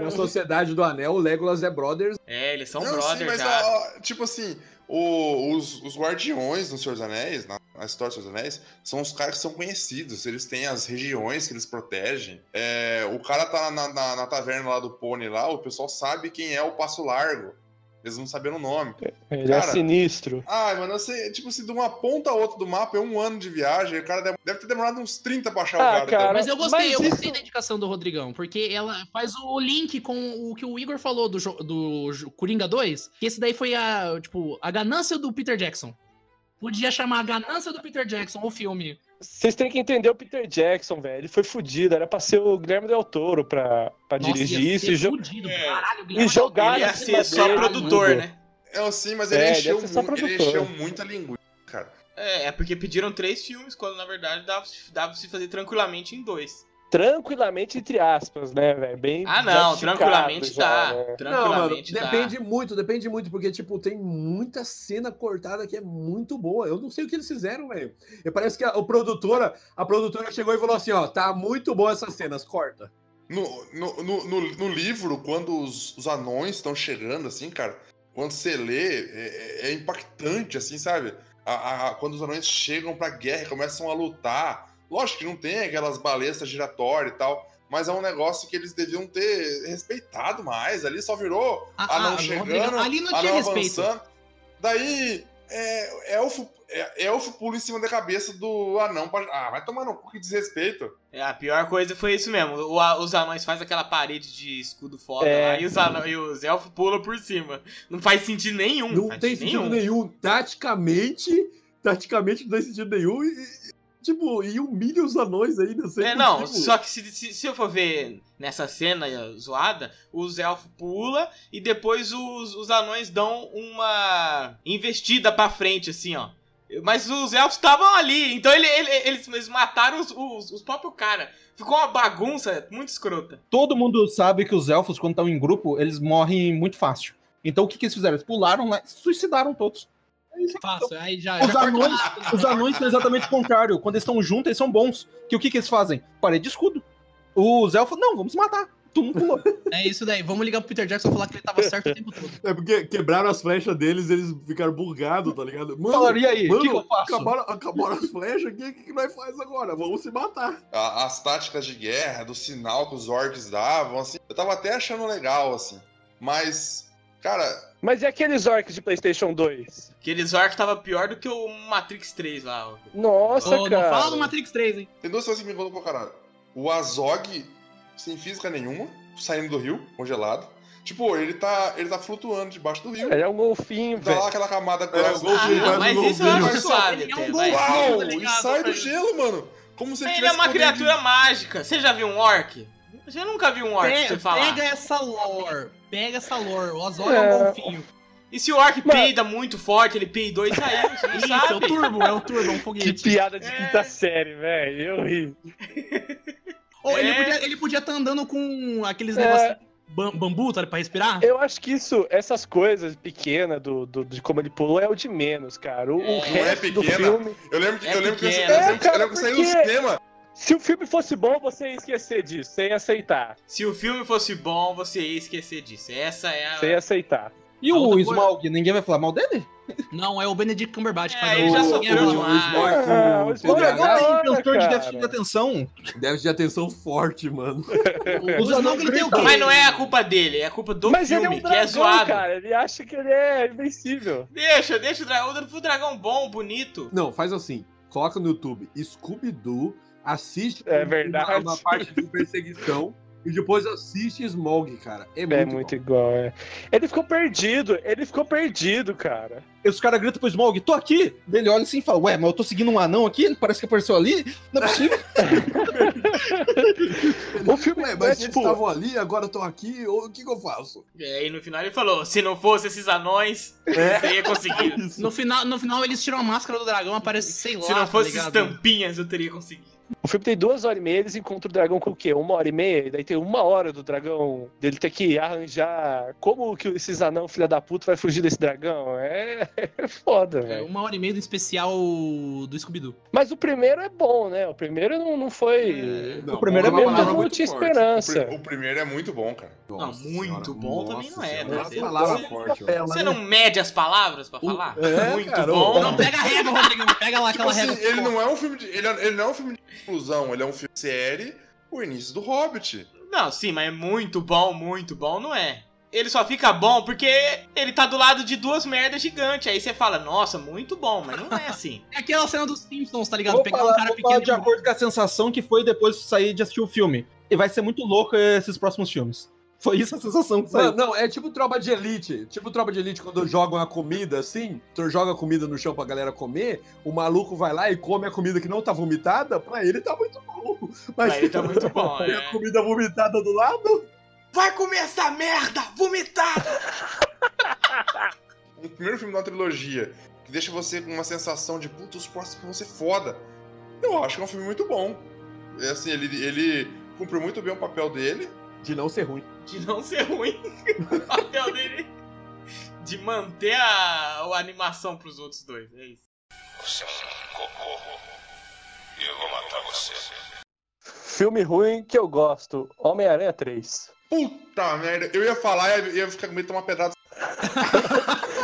Na Sociedade do Anel, o Legolas é brothers.
É, eles são
Não, sim,
brothers
mas,
já.
ó, ó, tipo assim, o- os, os guardiões do Senhor dos Anéis, na, na história do Senhor dos Anéis, são os caras que são conhecidos. Eles têm as regiões que eles protegem. É, o cara tá na, na- na taverna lá do Pony lá, o pessoal sabe quem é o Passo Largo. Eles não sabiam o nome.
Ele é
Cara,
sinistro.
Ai, mano, eu sei, tipo assim, de uma ponta a outra do mapa é um ano de viagem, o cara deve, deve ter demorado uns 30 pra
Ah,
achar o cara. então.
mas eu gostei, eu gostei da indicação do Rodrigão, porque ela faz o link com o que o Igor falou do, jo- do jo- Coringa 2, que esse daí foi a, tipo, a ganância do Peter Jackson. Podia chamar a ganância do Peter Jackson o filme.
Vocês têm que entender o Peter Jackson, velho. Ele foi fudido. Era pra ser o Guilherme Del Toro pra, pra
Nossa,
dirigir
ia
isso
ser
e, jo- É.
fudido, caralho,
e jogar.
Ele ia
na
ser
cima
é só
dele,
produtor,
tudo.
né?
É, sim, mas ele,
É, deve
encheu
ser só
mu- ele
produtor.
encheu muita linguiça, cara.
É, é porque pediram três filmes, quando na verdade dava, dava pra se fazer tranquilamente em dois.
Tranquilamente, entre aspas, né, velho? Bem
Ah, não,
já esticado
tranquilamente tá.
já,
dá,
né?
Não, mano,
Tranquilamente tá. dá.
depende muito, depende muito, porque, tipo, tem muita cena cortada que é muito boa. Eu não sei o que eles fizeram, velho. E Parece que a, a produtora, a produtora chegou e falou assim, ó, tá muito boa essas cenas, corta.
No, no, no, no- no livro, quando os, os anões estão chegando, assim, cara, quando você lê, é, é- é impactante, assim, sabe? A, a- a- quando os anões chegam pra guerra e começam a lutar. Lógico que não tem aquelas balestas giratórias e tal, mas é um negócio que eles deviam ter respeitado mais. Ali só virou
Ah,
anão
ah,
chegando,
ali não tinha
anão
respeito.
avançando. Daí, é, elfo, é, elfo pula em cima da cabeça do anão. pra- Ah, vai tomar no cu que desrespeito.
É, a pior coisa foi isso mesmo. O- a- os anões fazem aquela parede de escudo foda
É.
lá e os, anão- e os elfos pulam por cima. Não faz sentido nenhum.
Não
faz
tem sentido nenhum. Taticamente, taticamente não tem sentido nenhum. E, e, tipo, e humilha os anões ainda. Sem
É, não,
motivo.
só que se, se, se eu for ver nessa cena eh, zoada, os elfos pula e depois os, os anões dão uma investida pra frente, assim, ó. Mas os elfos estavam ali, então ele- ele- eles, eles mataram os, os, os próprios caras. Ficou uma bagunça muito escrota.
Todo mundo sabe que os elfos, quando estão em grupo, eles morrem muito fácil. Então o que, que eles fizeram? Eles pularam lá e se suicidaram todos.
Fácil, aí já.
Os
já
anões, os anões são exatamente o contrário. Quando eles estão juntos, eles são bons. Que o que, que eles fazem? Parede de escudo. Os elfos, não, vamos matar. Tu não pulou.
É isso daí, vamos ligar pro Peter Jackson e falar que ele tava certo o tempo todo.
É porque quebraram as flechas deles, eles ficaram bugados, tá ligado? Mano,
Falaram, "E aí,
mano,
que que eu faço?"
Acabaram, acabaram as flechas, o que, que nós faz agora? Vamos se matar.
a- as táticas de guerra, do sinal que os orcs davam, assim. Eu tava até achando legal, assim. Mas, cara,
Mas e aqueles orcs de PlayStation 2?
Aqueles orcs tava pior do que o Matrix 3 lá. ó.
Nossa,
Ô, não
cara.
fala do
Matrix 3, hein?
tem duas coisas que me incomodam pra caralho. O Azog, sem física nenhuma, saindo do rio, congelado. Tipo, ele tá, ele tá flutuando debaixo do rio.
Ele é um golfinho,
Dá lá
velho.
aquela camada
É,
pela-
o golfinho, Ah, mas isso eu acho
Mas só-
suave
Ele é
até,
um
vai.
golfinho,
Tá
e
ligado
sai
pra
do
ele.
gelo, mano. Como se
Ele é
tivesse
uma
poder de-
criatura mágica. Você já viu um orc? Você nunca viu um orc, pra você
Pega,
falar.
pega essa lore, pega essa lore. O Azor é, um
É.
golfinho.
E se o orc peida muito forte, ele peidou e saiu, você não
Isso,
sabe.
é o turbo, é o turbo, é um foguete.
tipo,
Que piada
é.
de quinta série, velho. Eu ri.
Ou ele
É.
podia ele podia tá andando com aqueles
É.
negócios bambu, tá, pra respirar?
Eu acho que isso, essas coisas pequenas do, do- de como ele pulou é o de menos, cara. O, o
Não é
resto do
pequena.
filme.
Eu lembro que,
É
eu lembro que, eu,
pequena,
eu
né?
lembro que eu lembro que
Cara,
saiu no
porque-
cinema.
Se o filme fosse bom, você ia esquecer disso, sem aceitar.
Se o filme fosse bom, você ia esquecer disso. Essa é a.
Sem aceitar.
E o Smaug, ninguém vai falar mal dele?
Não, é o Benedict Cumberbatch. que faz é
ele
o-
já
o-
sofreu
o-
demais.
É,
Ah,
o
o
O dragão tem
TDAH.
transtorno de déficit de atenção.
Déficit de atenção forte, mano.
Os anões gritam.
Mas não é a culpa dele, é a culpa do
Mas
filme,
ele é um
que é
dragão,
zoado.
cara. Ele acha que ele é invencível.
Deixa, deixa o dragão. O dragão bom, bonito.
Não, faz assim. Coloca no YouTube Scooby-Doo, Assiste
É verdade.
Uma, uma parte de perseguição e depois assiste Smog, cara. É muito,
É muito igual, é. Ele ficou perdido, ele ficou perdido, cara.
E os caras gritam pro Smog, tô aqui! Daí Ele olha assim e fala, ué, mas eu tô seguindo um anão aqui? Ele parece que apareceu ali? Não é possível.
o filme
Ué,
é,
mas eles
tipo-
estavam ali, agora estão aqui, ou- o que, que eu faço?
É, e no final ele falou: se não fosse esses anões,
É.
você ia conseguir.
No final, no final eles tiram a máscara do dragão, aparece, sei lá.
Se não
tá
fosse
ligado?
estampinhas, eu teria conseguido.
O filme tem duas horas e meia, eles encontram o dragão com o quê? Uma hora e meia? E daí tem uma hora do dragão, dele ter que arranjar como que esses anão filha da puta vai fugir desse dragão. É, é foda,
É,
velho.
uma hora e meia do especial do Scooby-Doo.
Mas o primeiro é bom, né? O primeiro não, não foi...
Não,
o primeiro é
uma
bom,
palavra
mas não
muito
tinha
forte.
esperança.
O primeiro é muito bom, cara.
não, muito bom também não é.
senhora,
né?
uma palavra
Você-
forte,
Tipo
ó.
Tá
Você não mede as palavras pra falar?
É,
muito bom.
Não pega a régua, Rodrigão. Pega lá
Tipo
aquela
assim,
régua.
ele não é um filme de. Ele, é- ele não é um filme de inclusão, ele é um filme de série, o início do Hobbit.
Não, sim, mas é muito bom, muito bom, não é? Ele só fica bom porque ele tá do lado de duas merdas gigantes. Aí você fala, nossa, muito bom, mas não é assim.
É aquela cena dos Simpsons, tá ligado?
vou
Pegar
falar,
um cara
vou falar
pequeno.
de acordo com a sensação que foi depois de sair de assistir o filme. E vai ser muito louco esses próximos filmes. Foi isso a sensação que saiu.
Mano, não, é tipo tropa de elite. Tipo tropa de elite quando jogam a comida assim, tu joga a comida no chão pra galera comer, o maluco vai lá e come a comida que não tá vomitada, pra ele tá muito bom. Mas
Pra ele tá muito bom,
e
é.
a comida vomitada do lado.
Vai comer essa merda! Vomitar!
O primeiro filme da trilogia, que deixa você com uma sensação de puta, os próximos vão ser foda. Eu acho que é um filme muito bom. É assim, ele, ele cumpriu muito bem o papel dele.
De não ser ruim.
De não ser ruim. o papel dele. é De manter a, a animação pros outros dois. É isso.
Você é um cocô. E eu vou matar você.
Filme ruim que eu gosto, Homem-Aranha 3.
Puta merda, eu ia falar e ia ficar com medo de tomar pedrada.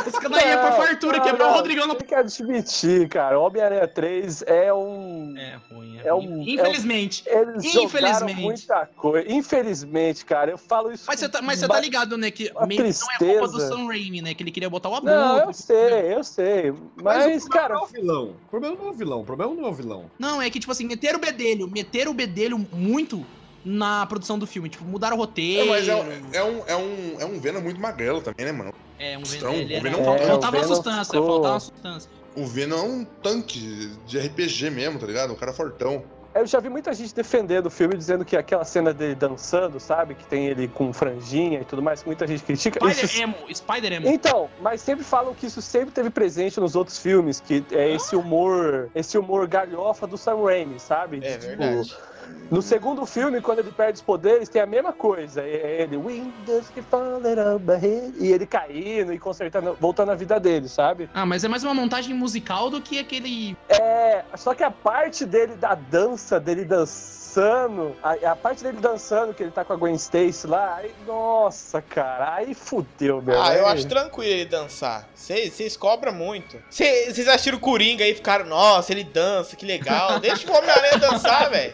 Isso daí é pra fartura, que é pra
Ah, não,
Rodrigão não.
Tem que admitir, cara. Homem-Aranha 3 é um.
É ruim,
é, um.
Infelizmente.
é um- eles jogaram
Infelizmente.
muita coisa. Infelizmente, cara, eu falo isso.
Mas você tá, mas você
ba-
tá ligado, né? Que
uma
meio que não é culpa do
tristeza.
Sam Raimi, né? Que ele queria botar o Abu.
Não, eu sei, eu sei. Mas,
o problema
cara.
Não é o vilão. O problema não é o vilão. O problema não é o vilão.
Não, é que, tipo assim, meteram o bedelho, meteram o bedelho muito na produção do filme. Tipo, mudaram o
É,
roteiro.
mas é, um- é um, é, um, é um Venom muito magrelo também, né, mano?
É, um Venom.
Então,
ele
o
era-
Venom faltava-
Faltava
o
uma
Venom
substância,
ficou-
faltava uma substância.
O Venom é um tanque de RPG mesmo, tá ligado? Um cara fortão.
Eu já vi muita gente defendendo o filme, dizendo que aquela cena dele dançando, sabe? Que tem ele com franjinha e tudo mais, que muita gente critica.
Spider Emo, Spider Emo.
Então, mas sempre falam que isso sempre teve presente nos outros filmes, que é esse humor, esse humor galhofa do Sam Raimi, sabe? É
verdade.
No segundo filme, quando ele perde os poderes, tem a mesma coisa. É ele, Windows que falling on my head", e ele caindo e consertando, voltando à vida dele, sabe?
Ah, mas é mais uma montagem musical do que aquele.
É, só que a parte dele da dança, dele dançando, a, a parte dele dançando, que ele tá com a Gwen Stacy lá, aí, nossa, cara, aí fudeu, meu.
Ah,
aí-
eu acho tranquilo ele dançar. Vocês cobram muito. Vocês assistiram o Coringa aí e ficaram, nossa, ele dança, que legal. Deixa o Homem-Aranha dançar, velho.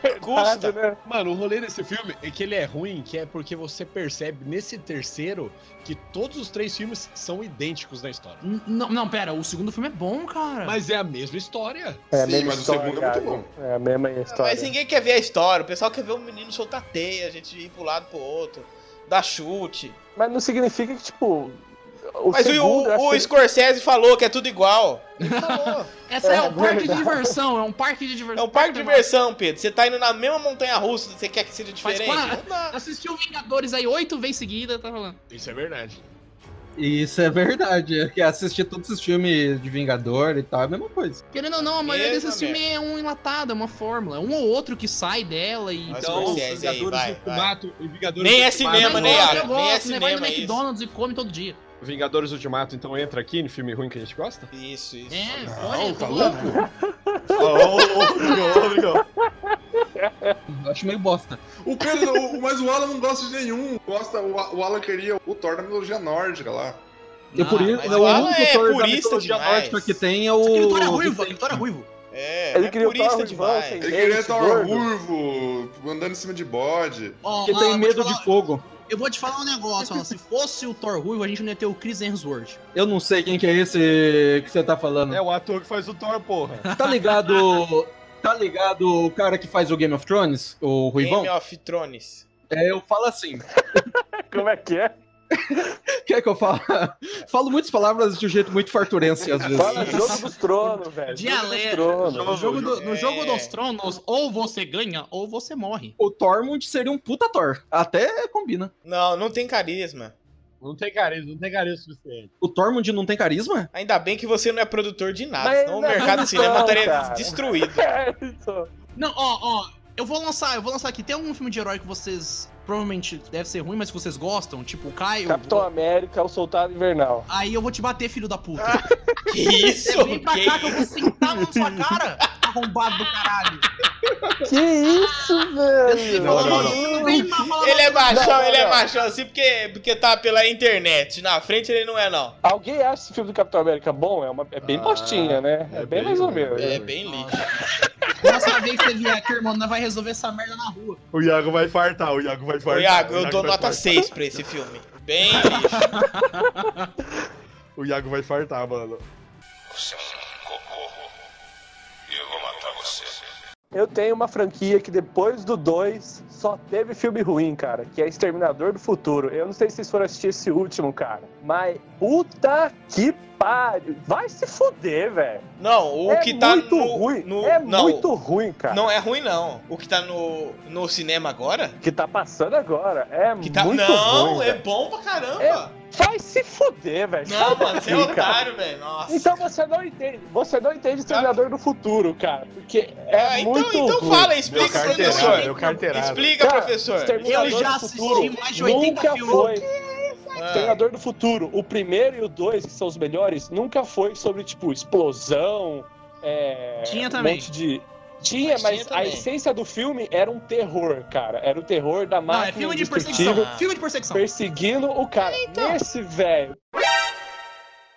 Que
custa.
Mano, o rolê desse filme é que ele é ruim, que é porque você percebe nesse terceiro que todos os três filmes são idênticos na história.
N- Não, não, pera, o segundo filme é bom, cara.
Mas é a mesma história.
É a mesma história, cara. É a mesma história.
Mas assim, ninguém quer ver a história. O pessoal quer ver o menino soltar teia, a gente ir pro lado pro outro, dar chute.
Mas não significa que, tipo. O
Mas o-
segundo, eu acho
o,
que-
Scorsese falou que é tudo igual.
Essa é,
É
um parque de
verdade.
diversão, é um parque de diversão.
É um parque de diversão, Pedro. Você tá indo na mesma montanha russa, você quer que seja
Faz
diferente?
quatro, assistiu Vingadores aí oito vezes seguida, tá falando.
Isso é verdade.
Isso é verdade. É que assistir todos esses filmes de Vingador e tal é a mesma coisa.
Querendo ou não, a maioria desses filmes é um enlatado, é uma fórmula. É Um ou outro que sai dela e.
Scorsese aí, vai, vai.
Então, e Vingadores
Nem é
Ultimato. então,
cinema, nem
Mas
abre.
eu
Nem é
gosto, né? Vai no
cinema isso.
McDonald's e come todo dia.
Vingadores Ultimato, então entra aqui no filme ruim que a gente gosta?
Isso, isso.
É,
Não, tá
louco?
Acho meio bosta.
O Pedro, o- mas o Alan não gosta de nenhum. Gosta, o, o Alan queria o Thor da mitologia nórdica lá.
E
Ah,
por isso,
mas
é o
o Alan
único
é
Thor da
purista
mitologia
demais.
nórdica que tem é o.
Vitória Ruivo, Vitória Ruivo.
É,
Ele queria o Thor ruivão, sem
Ele queria
dente,
Thor
É gordo.
Urvo, andando em cima de bode.
Ó,
Que tem
ó,
medo de fogo.
Eu vou te falar um negócio, ó, se fosse o Thor Ruivo, a gente não ia ter o Chris Hemsworth.
Eu não sei quem que é esse que você tá falando.
É o ator que faz o Thor, porra.
Tá ligado. Tá ligado o cara que faz o Game of Thrones? O Ruivão?
Game of Thrones.
É, eu falo assim.
Como é que é?
Quer que eu fale? Falo muitas palavras de um jeito muito farturense, às vezes.
Fala Jogo dos Tronos, velho.
Dialeto.
Jogo dos
No
Tronos.
jogo, do- no
É.
jogo dos tronos, ou você ganha, ou você morre.
O Tormund seria um puta Thor. Até combina.
Não, não tem carisma.
Não tem carisma, não tem carisma suficiente.
O Tormund não tem carisma?
Ainda bem que você não é produtor de nada,
Mas
senão o
não,
mercado de cinema
não,
estaria
cara.
destruído.
É, então.
Não, ó, ó. Eu vou lançar, eu vou lançar aqui. Tem algum filme de herói que vocês. Provavelmente deve ser ruim, mas que vocês gostam? Tipo, o Caio.
Capitão América, o Soldado Invernal.
Aí eu vou te bater, filho da puta.
que isso?
Vem É pra cá que eu vou sentar a mão na sua cara, arrombado do caralho.
Que isso, velho?
Não, não, não. Ele é machão, ele é machão assim porque, porque tá pela internet. Na frente ele não é, não.
Alguém acha esse filme do Capitão América bom? É, uma, é
Ah,
bem postinha, né? É, bem, mais ou menos.
É bem lixo.
Próxima vez que você vier aqui, irmão, nós vai resolver essa merda na rua.
O Iago vai fartar, o Iago vai fartar.
Ô, Iago, eu dou
vai
nota
fartar.
6 pra esse filme. Bem
O Iago vai fartar, mano.
Seu cocô. E eu vou matar você.
Eu tenho uma franquia que depois do 2 só teve filme ruim, cara, que é Exterminador do Futuro. Eu não sei se vocês foram assistir esse último, cara, mas puta que pariu. Vai se fuder, velho.
Não, o
É
que tá
muito
no,
ruim.
no-
É
não,
muito ruim, cara.
Não é ruim, não. O que tá no, no cinema agora?
Que tá passando agora. É
Que tá,
muito
não,
ruim.
é
velho. É
bom pra caramba.
Vai se fuder, velho.
Não,
Sai
mano, você é
daqui, cara.
otário, velho. Nossa.
Então você não entende, você não entende Exterminador do Futuro, cara, porque é,
Ah, então,
muito
então
ruim.
fala, explica,
Meu
professor.
carteirado, meu carteirado.
Explica,
Cara,
professor.
Exterminador
Eu já
do
assisti
Futuro
mais de 80
nunca
filmes. É.
Foi.
Ah.
Exterminador do Futuro, o primeiro e o dois, que são os melhores, nunca foi sobre, tipo, explosão. é,
Tinha também.
Um monte de. Tinha,
Mas
mas,
tinha
a
também.
essência do filme era um terror, cara. Era o terror da
Não,
máquina.
é filme de
indestrutível
perseguição. Filme de perseguição.
Perseguindo o cara.
É, então.
Nesse, velho.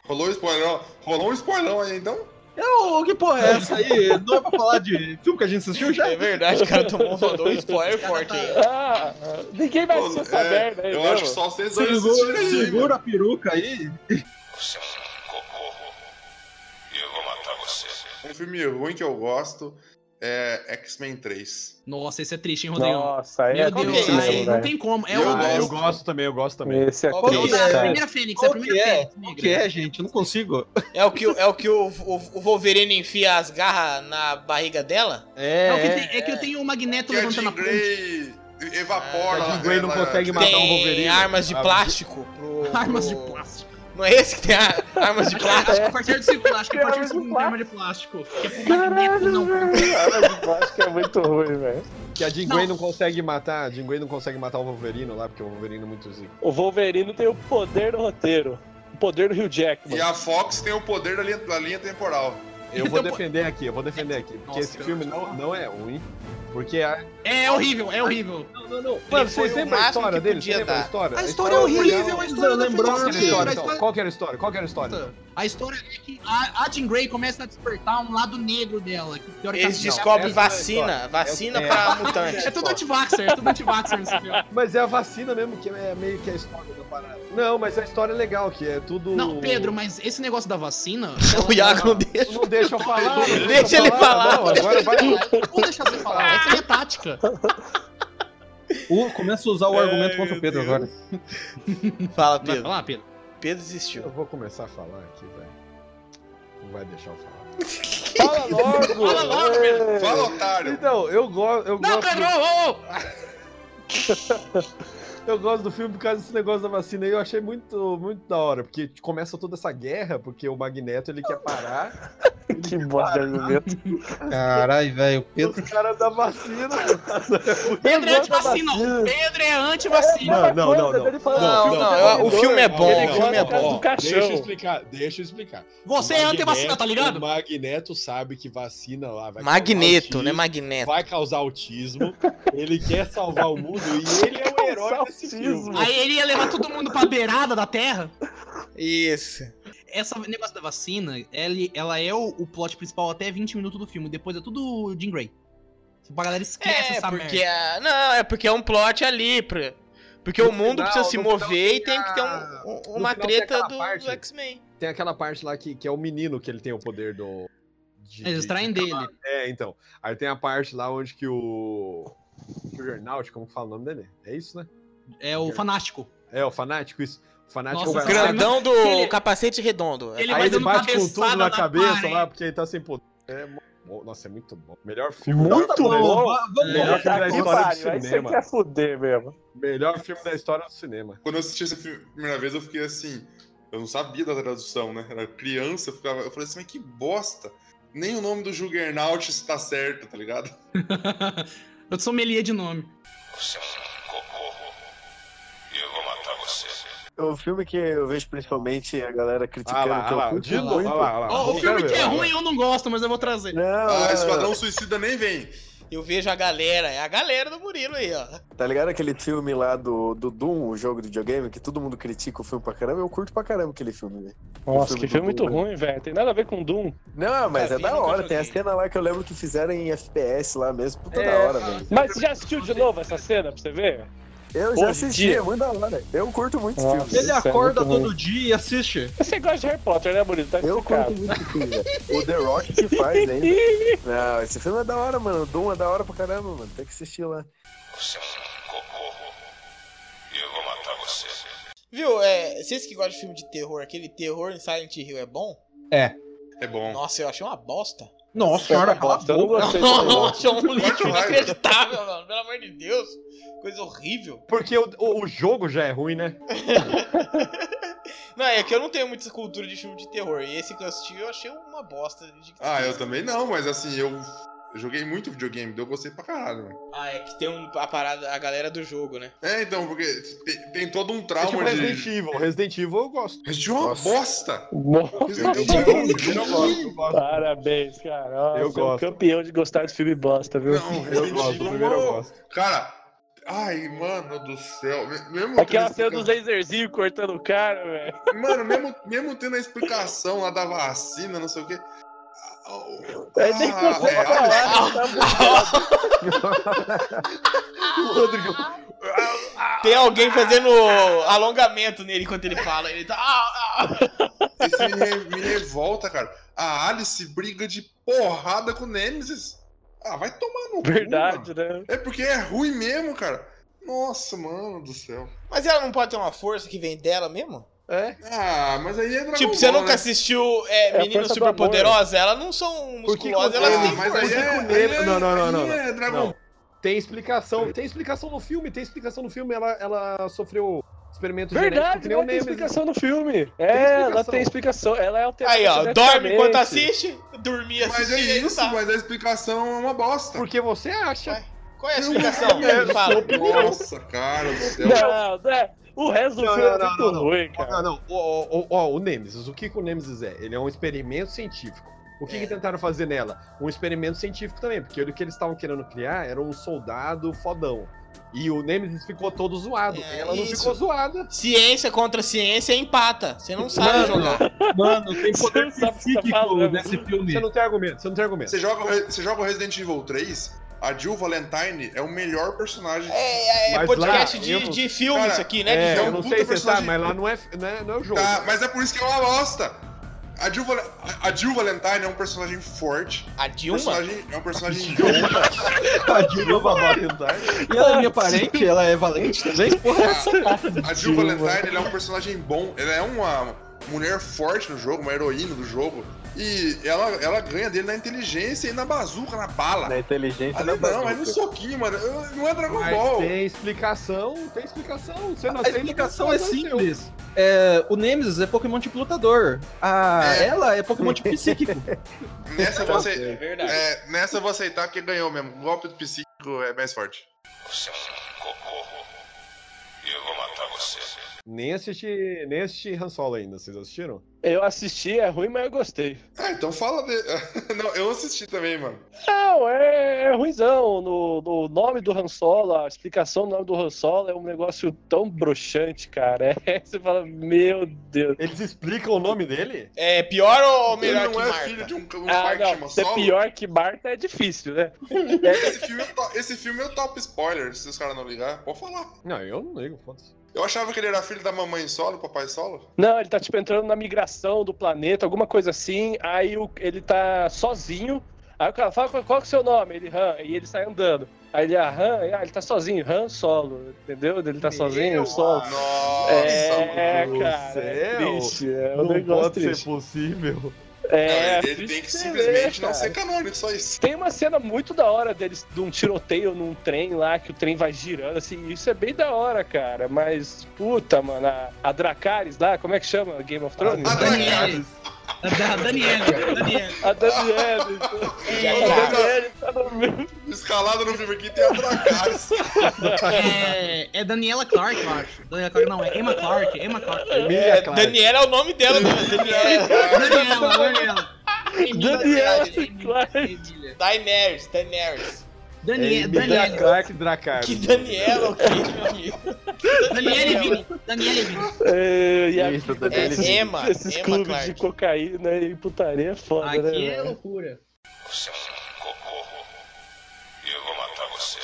Rolou um spoilerão. Rolou um spoilerão aí, então?
Não, que porra é essa aí? Não é pra falar de filme que a gente assistiu já?
É verdade, o cara tomou mandou um spoiler forte aí.
Ah, ninguém vai assistir essa
É,
merda aí,
eu
não.
acho que só vocês dois assistiram
Segura,
aí,
segura a peruca aí.
Seu cocô. E eu vou matar você.
Um filme ruim que eu gosto é X-Men 3.
Nossa, esse é triste, hein,
um.
Rodrigão?
Nossa, é
Meu Deus,
horrível,
aí não
velho.
tem como. É
Eu
o,
gosto.
é
Eu gosto também, eu gosto também.
Esse é
Qual que
triste,
é?
a
cara.
primeira Fênix, é a
Qual que
primeira
é?
Fênix.
Qual
negra.
que é, gente? Eu não consigo.
É o que, o- é o, que o, o, o Wolverine enfia as garras na barriga dela?
Não, que
É,
tem- é que eu tenho o Magneto
Que a
levantando
Jean
a ponte.
Grey evapora.
A Jean Grey É, não
ela-
consegue matar um
Tem
Wolverine.
armas de
Ah,
plástico pro, pro-
Armas de plástico.
Não é esse que tem a- armas de plástico?
Acho que a partir do segundo, acho que a partir do segundo tem arma de plástico. Que é pro Magneto, não.
Cara, eu acho que é muito ruim, velho.
Que a Jean Grey não consegue matar, a Jean Grey não consegue matar o Wolverine lá, porque o Wolverine é muito zico.
O Wolverine tem o poder do roteiro. O poder do Hugh Jackman.
E a Fox tem o poder da linha, da linha temporal.
Eu vou
Então, pô-
defender aqui, eu vou defender aqui, porque
Nossa,
esse
cara.
filme não, não é ruim, porque a...
É, é horrível, é horrível.
Não, não, não.
foi
Mano, vocês
o
lembram a
máximo
história
que
dele?
podia
Você lembra a
dar.
história?
A história é
um
horrível, a história da
Qual que era a história,
Felicidade.
então? Qual que era a história? Qual que era a história?
A história é que a, a Jean Grey começa a despertar um lado negro dela. Que teoricamente
Eles
não.
descobrem
essa é
vacina,
a
vacina
É,
pra
É
mutante.
tudo anti-vaxxer, é tudo anti-vaxxer nesse filme.
Mas é a vacina mesmo, que é meio que a história da parada. Não, mas a história é legal, que é tudo...
Não, Pedro, mas esse negócio da vacina.
O Iago não deixa.
Tu Não deixa eu falar. não
Deixa
eu
ele falar.
Não, agora vai...
Vou deixar você falar, essa é a minha tática.
Uh, começa a usar
É,
o argumento contra o Pedro agora.
Fala,
Vai
Pedro.
falar, Pedro.
Pedro desistiu.
Eu vou começar a falar aqui, velho. Não vai deixar eu falar.
Fala logo!
Fala logo,
Ê!
Fala, otário!
Então, eu, go eu
Não,
gosto...
Pedro, ô, ô, ô.
Eu gosto do filme por causa desse negócio da vacina e eu achei muito, muito da hora, porque começa toda essa guerra, porque o Magneto ele quer parar
Que bosta de argumento.
Caralho, velho.
os caras da vacina.
Pedro é
gosto da
anti-vacina.
vacina.
Pedro é anti-vacina.
Não, não, não, não.
Não, não, o filme é bom,
Ele
o filme é
gosta
bom.
do caixão.
Deixa eu explicar, deixa eu explicar.
Você é anti-vacina, tá
O
ligado?
Magneto sabe que vacina lá vai
Magneto,
causar
né?
autismo,
Magneto.
Vai causar autismo. ele quer salvar o mundo e ele é o herói desse filme.
Aí ele ia levar todo mundo pra beirada da terra.
Isso.
Essa negócio da vacina, ele- ela é o, o plot principal até 20 minutos do filme. Depois é tudo Jean Grey. Tipo, a galera esquece
É,
essa
porque
merda.
a- não, é porque é um plot ali, pra- porque
No
o mundo
final-
precisa se
no final
mover e
tem
tem que ter
a-
um- um-
no
uma
final tem
treta
aquela
do,
parte.
do X-Men.
Tem aquela parte lá que, que é o menino que ele tem o poder do. de-
Eles
de-
traem
de-
dele.
É, então. Aí tem a parte lá onde que o. que o Jornaut, como fala o nome dele? É isso, né?
É o Fanático.
É, o Fanático, isso. O Fanático
o
vai lá-
grandão do capacete redondo.
Aí ele bate com tudo na cabeça lá, porque ele tá sem poder. É mó- mó- Nossa, é muito bom. Melhor filme.
Muito
melhor filme da história-
bom. Vamos
É,
Melhor
voltar
filme da
aqui, pariu,
história
aí
do
você
cinema.
quer fuder mesmo.
Melhor filme da história do cinema.
Quando eu assisti esse filme a primeira vez, eu fiquei assim. Eu não sabia da tradução, né? Era criança, eu, ficava, eu falei assim, mas que bosta. Nem o nome do Juggernaut está certo, tá ligado?
Eu sou melia de nome.
Você é um cocô. E eu vou matar você.
É um filme que eu vejo principalmente a galera criticando.
Ah lá,
que eu
ah lá,
curto
de novo,
muito.
ah lá, ah lá.
Ó, o filme que é ruim eu não gosto, mas eu vou trazer.
Ah, Esquadrão
Suicida nem vem.
Eu vejo a galera, é a galera do Murilo aí, ó.
Tá ligado aquele filme lá do, do Doom, o jogo de videogame, que todo mundo critica o filme pra caramba? Eu curto pra caramba aquele filme, velho.
Nossa,
O
que
do
filme muito
Doom,
ruim, velho. Tem nada a ver com Doom.
Não, mas
Nunca
é
vi,
da
nunca
hora. Tem a
joguei.
cena lá que eu lembro que fizeram em FPS lá mesmo. Puta
É,
da hora, velho.
Mas você já assistiu de novo essa cena pra você ver?
Eu já assisti, é muito da hora. Eu curto muito esse
Nossa,
filme.
Ele isso é acorda muito ruim. todo
dia e assiste.
Você gosta de Harry Potter, né, Bonito? Tá
Eu curto muito esse filme, velho. O The Rock que faz ainda. Não, esse filme é da hora, mano. O Doom é da hora pra caramba, mano. Tem que assistir lá.
Você é um cocô. E eu vou matar você.
Viu, é, vocês que gostam de filme de terror, aquele terror em Silent Hill é bom?
É.
É bom.
Nossa, eu achei uma bosta.
Nossa senhora, cala a boca.
Não, achei um lixo inacreditável, mano. Pelo amor de Deus. Coisa horrível.
Porque o, o, o jogo já é ruim, né?
Não, é que eu não tenho muita cultura de filme de terror. E esse que eu assisti eu achei uma bosta. de-
Ah, eu também não, mas assim, eu joguei muito videogame, daí eu gostei pra caralho, mano.
Ah, é que tem um, a parada, a galera do jogo, né?
É, então, porque tem, tem todo um
É tipo
trauma de.
Resident Evil. Resident Evil eu gosto.
Resident Evil é uma bosta!
Tá
Nossa,
Eu
gente.
Eu gosto, eu gosto.
Parabéns, cara. Nossa,
Eu
é um
gosto.
campeão de gostar de filme bosta, viu?
Não, Resident Evil.
primeiro eu
Cara, ai, mano do céu. me- Mesmo
Aquela
tendo
cena dos laserzinhos cortando o cara, velho.
Mano, mesmo, mesmo tendo a explicação lá da vacina, não sei o quê. ah, o-
Aí nem
ah,
consegue
é,
falar,
olha-
Rodrigo.
Tem alguém fazendo alongamento nele enquanto ele fala. Ele tá. Ah, ah.
Isso me, re- me revolta, cara. A Alice briga de porrada com o Nemesis. Ah, vai tomar no cu,
Verdade, né?
É porque é ruim mesmo, cara. Nossa, mano do céu.
Mas ela não pode ter uma força que vem dela mesmo?
É?
Ah, mas aí é Dragon
Tipo, você
Ball,
nunca
né?
assistiu é,
É a
Meninas
força do amor.
Superpoderosas? Elas não são musculosas, elas têm
mas
força.
aí é-
Nele-
aí é-
não, não, não,
aí
não, não.
é Dragon
Não. Tem explicação, tem explicação no filme, tem explicação no filme. Ela, ela sofreu experimento genético
Verdade,
que nem o
ela tem
Nemesis.
explicação no filme. É, ela tem explicação. Ela é alterada.
Aí, ó, dorme enquanto assiste, tá. dormia
Mas é isso,
tá.
mas a explicação é uma bosta.
Porque você acha.
Qual é a explicação? Me fala.
Nossa, cara do céu.
Não, né? O resto do
Não,
filme
não,
é
não,
muito
não, não.
ruim, cara.
Não, não. Ó, ó, ó, ó, o Nemesis. O que, que o Nemesis é? Ele é um experimento científico. O que, que
É.
tentaram fazer nela? Um experimento científico também, porque o que eles estavam querendo criar era um soldado fodão. E o Nemesis ficou todo zoado. ela não
É isso.
ficou zoada.
Ciência contra ciência empata. Você não sabe
Mano,
jogar.
Mano, tem poder
tá
psíquico
desse
filme.
Você não tem argumento, você não tem argumento.
Você joga, o Re- você joga o Resident Evil 3, a Jill Valentine é o melhor personagem.
É, é
Mas
podcast
lá,
de,
eu não-
de filme
Cara,
isso aqui, né?
É,
de
eu
jogo.
não
puta
sei se você
personagem.
sabe, mas lá não é, não é, não é o jogo.
Tá, mas é por isso que é uma bosta. A Jill, Valen- a- a Jill Valentine é um personagem forte.
A Dilma?
Personagem, é um personagem bom.
A Dilma Valentine.
E ela é minha parente? Ela é valente também? Porra,
A Jill Valentine ela é um personagem bom. Ela é uma mulher forte no jogo, uma heroína do jogo. E ela, ela ganha dele na inteligência e na bazuca, na bala.
Né?
Na inteligência
Ali
da
não,
bazuca.
é no soquinho, mano. Eu- Não é Dragon
Mas
Ball.
tem explicação, tem explicação. Você não
A
aceita,
explicação
mas
é
é seu.
simples. É, o Nemesis é Pokémon tipo lutador. A, Ela é Pokémon tipo psíquico.
Nessa eu, vou aceitar,
É verdade.
é, nessa eu vou aceitar que ganhou mesmo. O golpe do psíquico é mais forte.
Você é um cocô. E eu vou matar você.
Nem assisti, nem assisti Han Solo ainda, vocês assistiram?
Eu assisti, é ruim, mas eu gostei.
Ah, então fala de... Não, eu assisti também, mano.
Não, é, é ruimzão. No, no nome do Han Solo, a explicação do nome do Han Solo é um negócio tão broxante, cara. É, você fala, meu Deus.
Eles explicam o nome dele?
É pior ou
Ele
melhor
não
que
é
Marta?
filho de um, um
Ah,
pai que
não,
chama
ser
Solo.
pior que Marta é difícil, né?
Esse filme, é to- esse filme é o top spoiler, se os caras não ligar. Pode falar.
Não, eu não ligo, foda-se.
Eu achava que ele era filho da mamãe solo, papai solo.
Não, ele tá tipo entrando na migração do planeta, alguma coisa assim. Aí o- ele tá sozinho. Aí o cara fala qual, qual que é o seu nome? Ele Han, e ele sai andando. Aí ele, ah, Han, ah, ele tá sozinho, Han solo, entendeu? Ele tá sozinho, solo.
Nossa,
é,
meu
cara,
céu.
é triste, é um
Não
negócio
pode
triste.
ser possível.
Não,
É,
ele- ele tem que
triste de
simplesmente não
cara.
ser canônico, só isso.
Tem uma cena muito da hora deles, de um tiroteio num trem lá, que o trem vai girando, assim, isso é bem da hora, cara. Mas, puta, mano, a, a Dracarys lá, como é que chama? Game of
Ah,
Thrones? A
Daniele. A Daniele. Daniele.
A Daniele. É. Tá
Ih, Escalado no filme aqui tem a Dracarys.
É, é Daniela Clark, eu acho. Daniela Clark, não, é Emma Clark. Emma Clark.
É, Clark.
Daniela é o nome dela, né? Daniela.
Daniela, Daniela.
Daniela
né? Daenerys, Daenerys.
É
Daniele,
Daniel
Daniele.
Clark Dracar.
Que Daniela, é o quê, meu amigo?
Daniele Vini. Daniele Vini.
É, e a-
Isso,
Daniele
esses,
Emma,
esses
Emma
clubes
Clark.
de cocaína e putaria é foda, né?
Aqui é
velho?
loucura.
Você é um cocô. E eu vou matar você.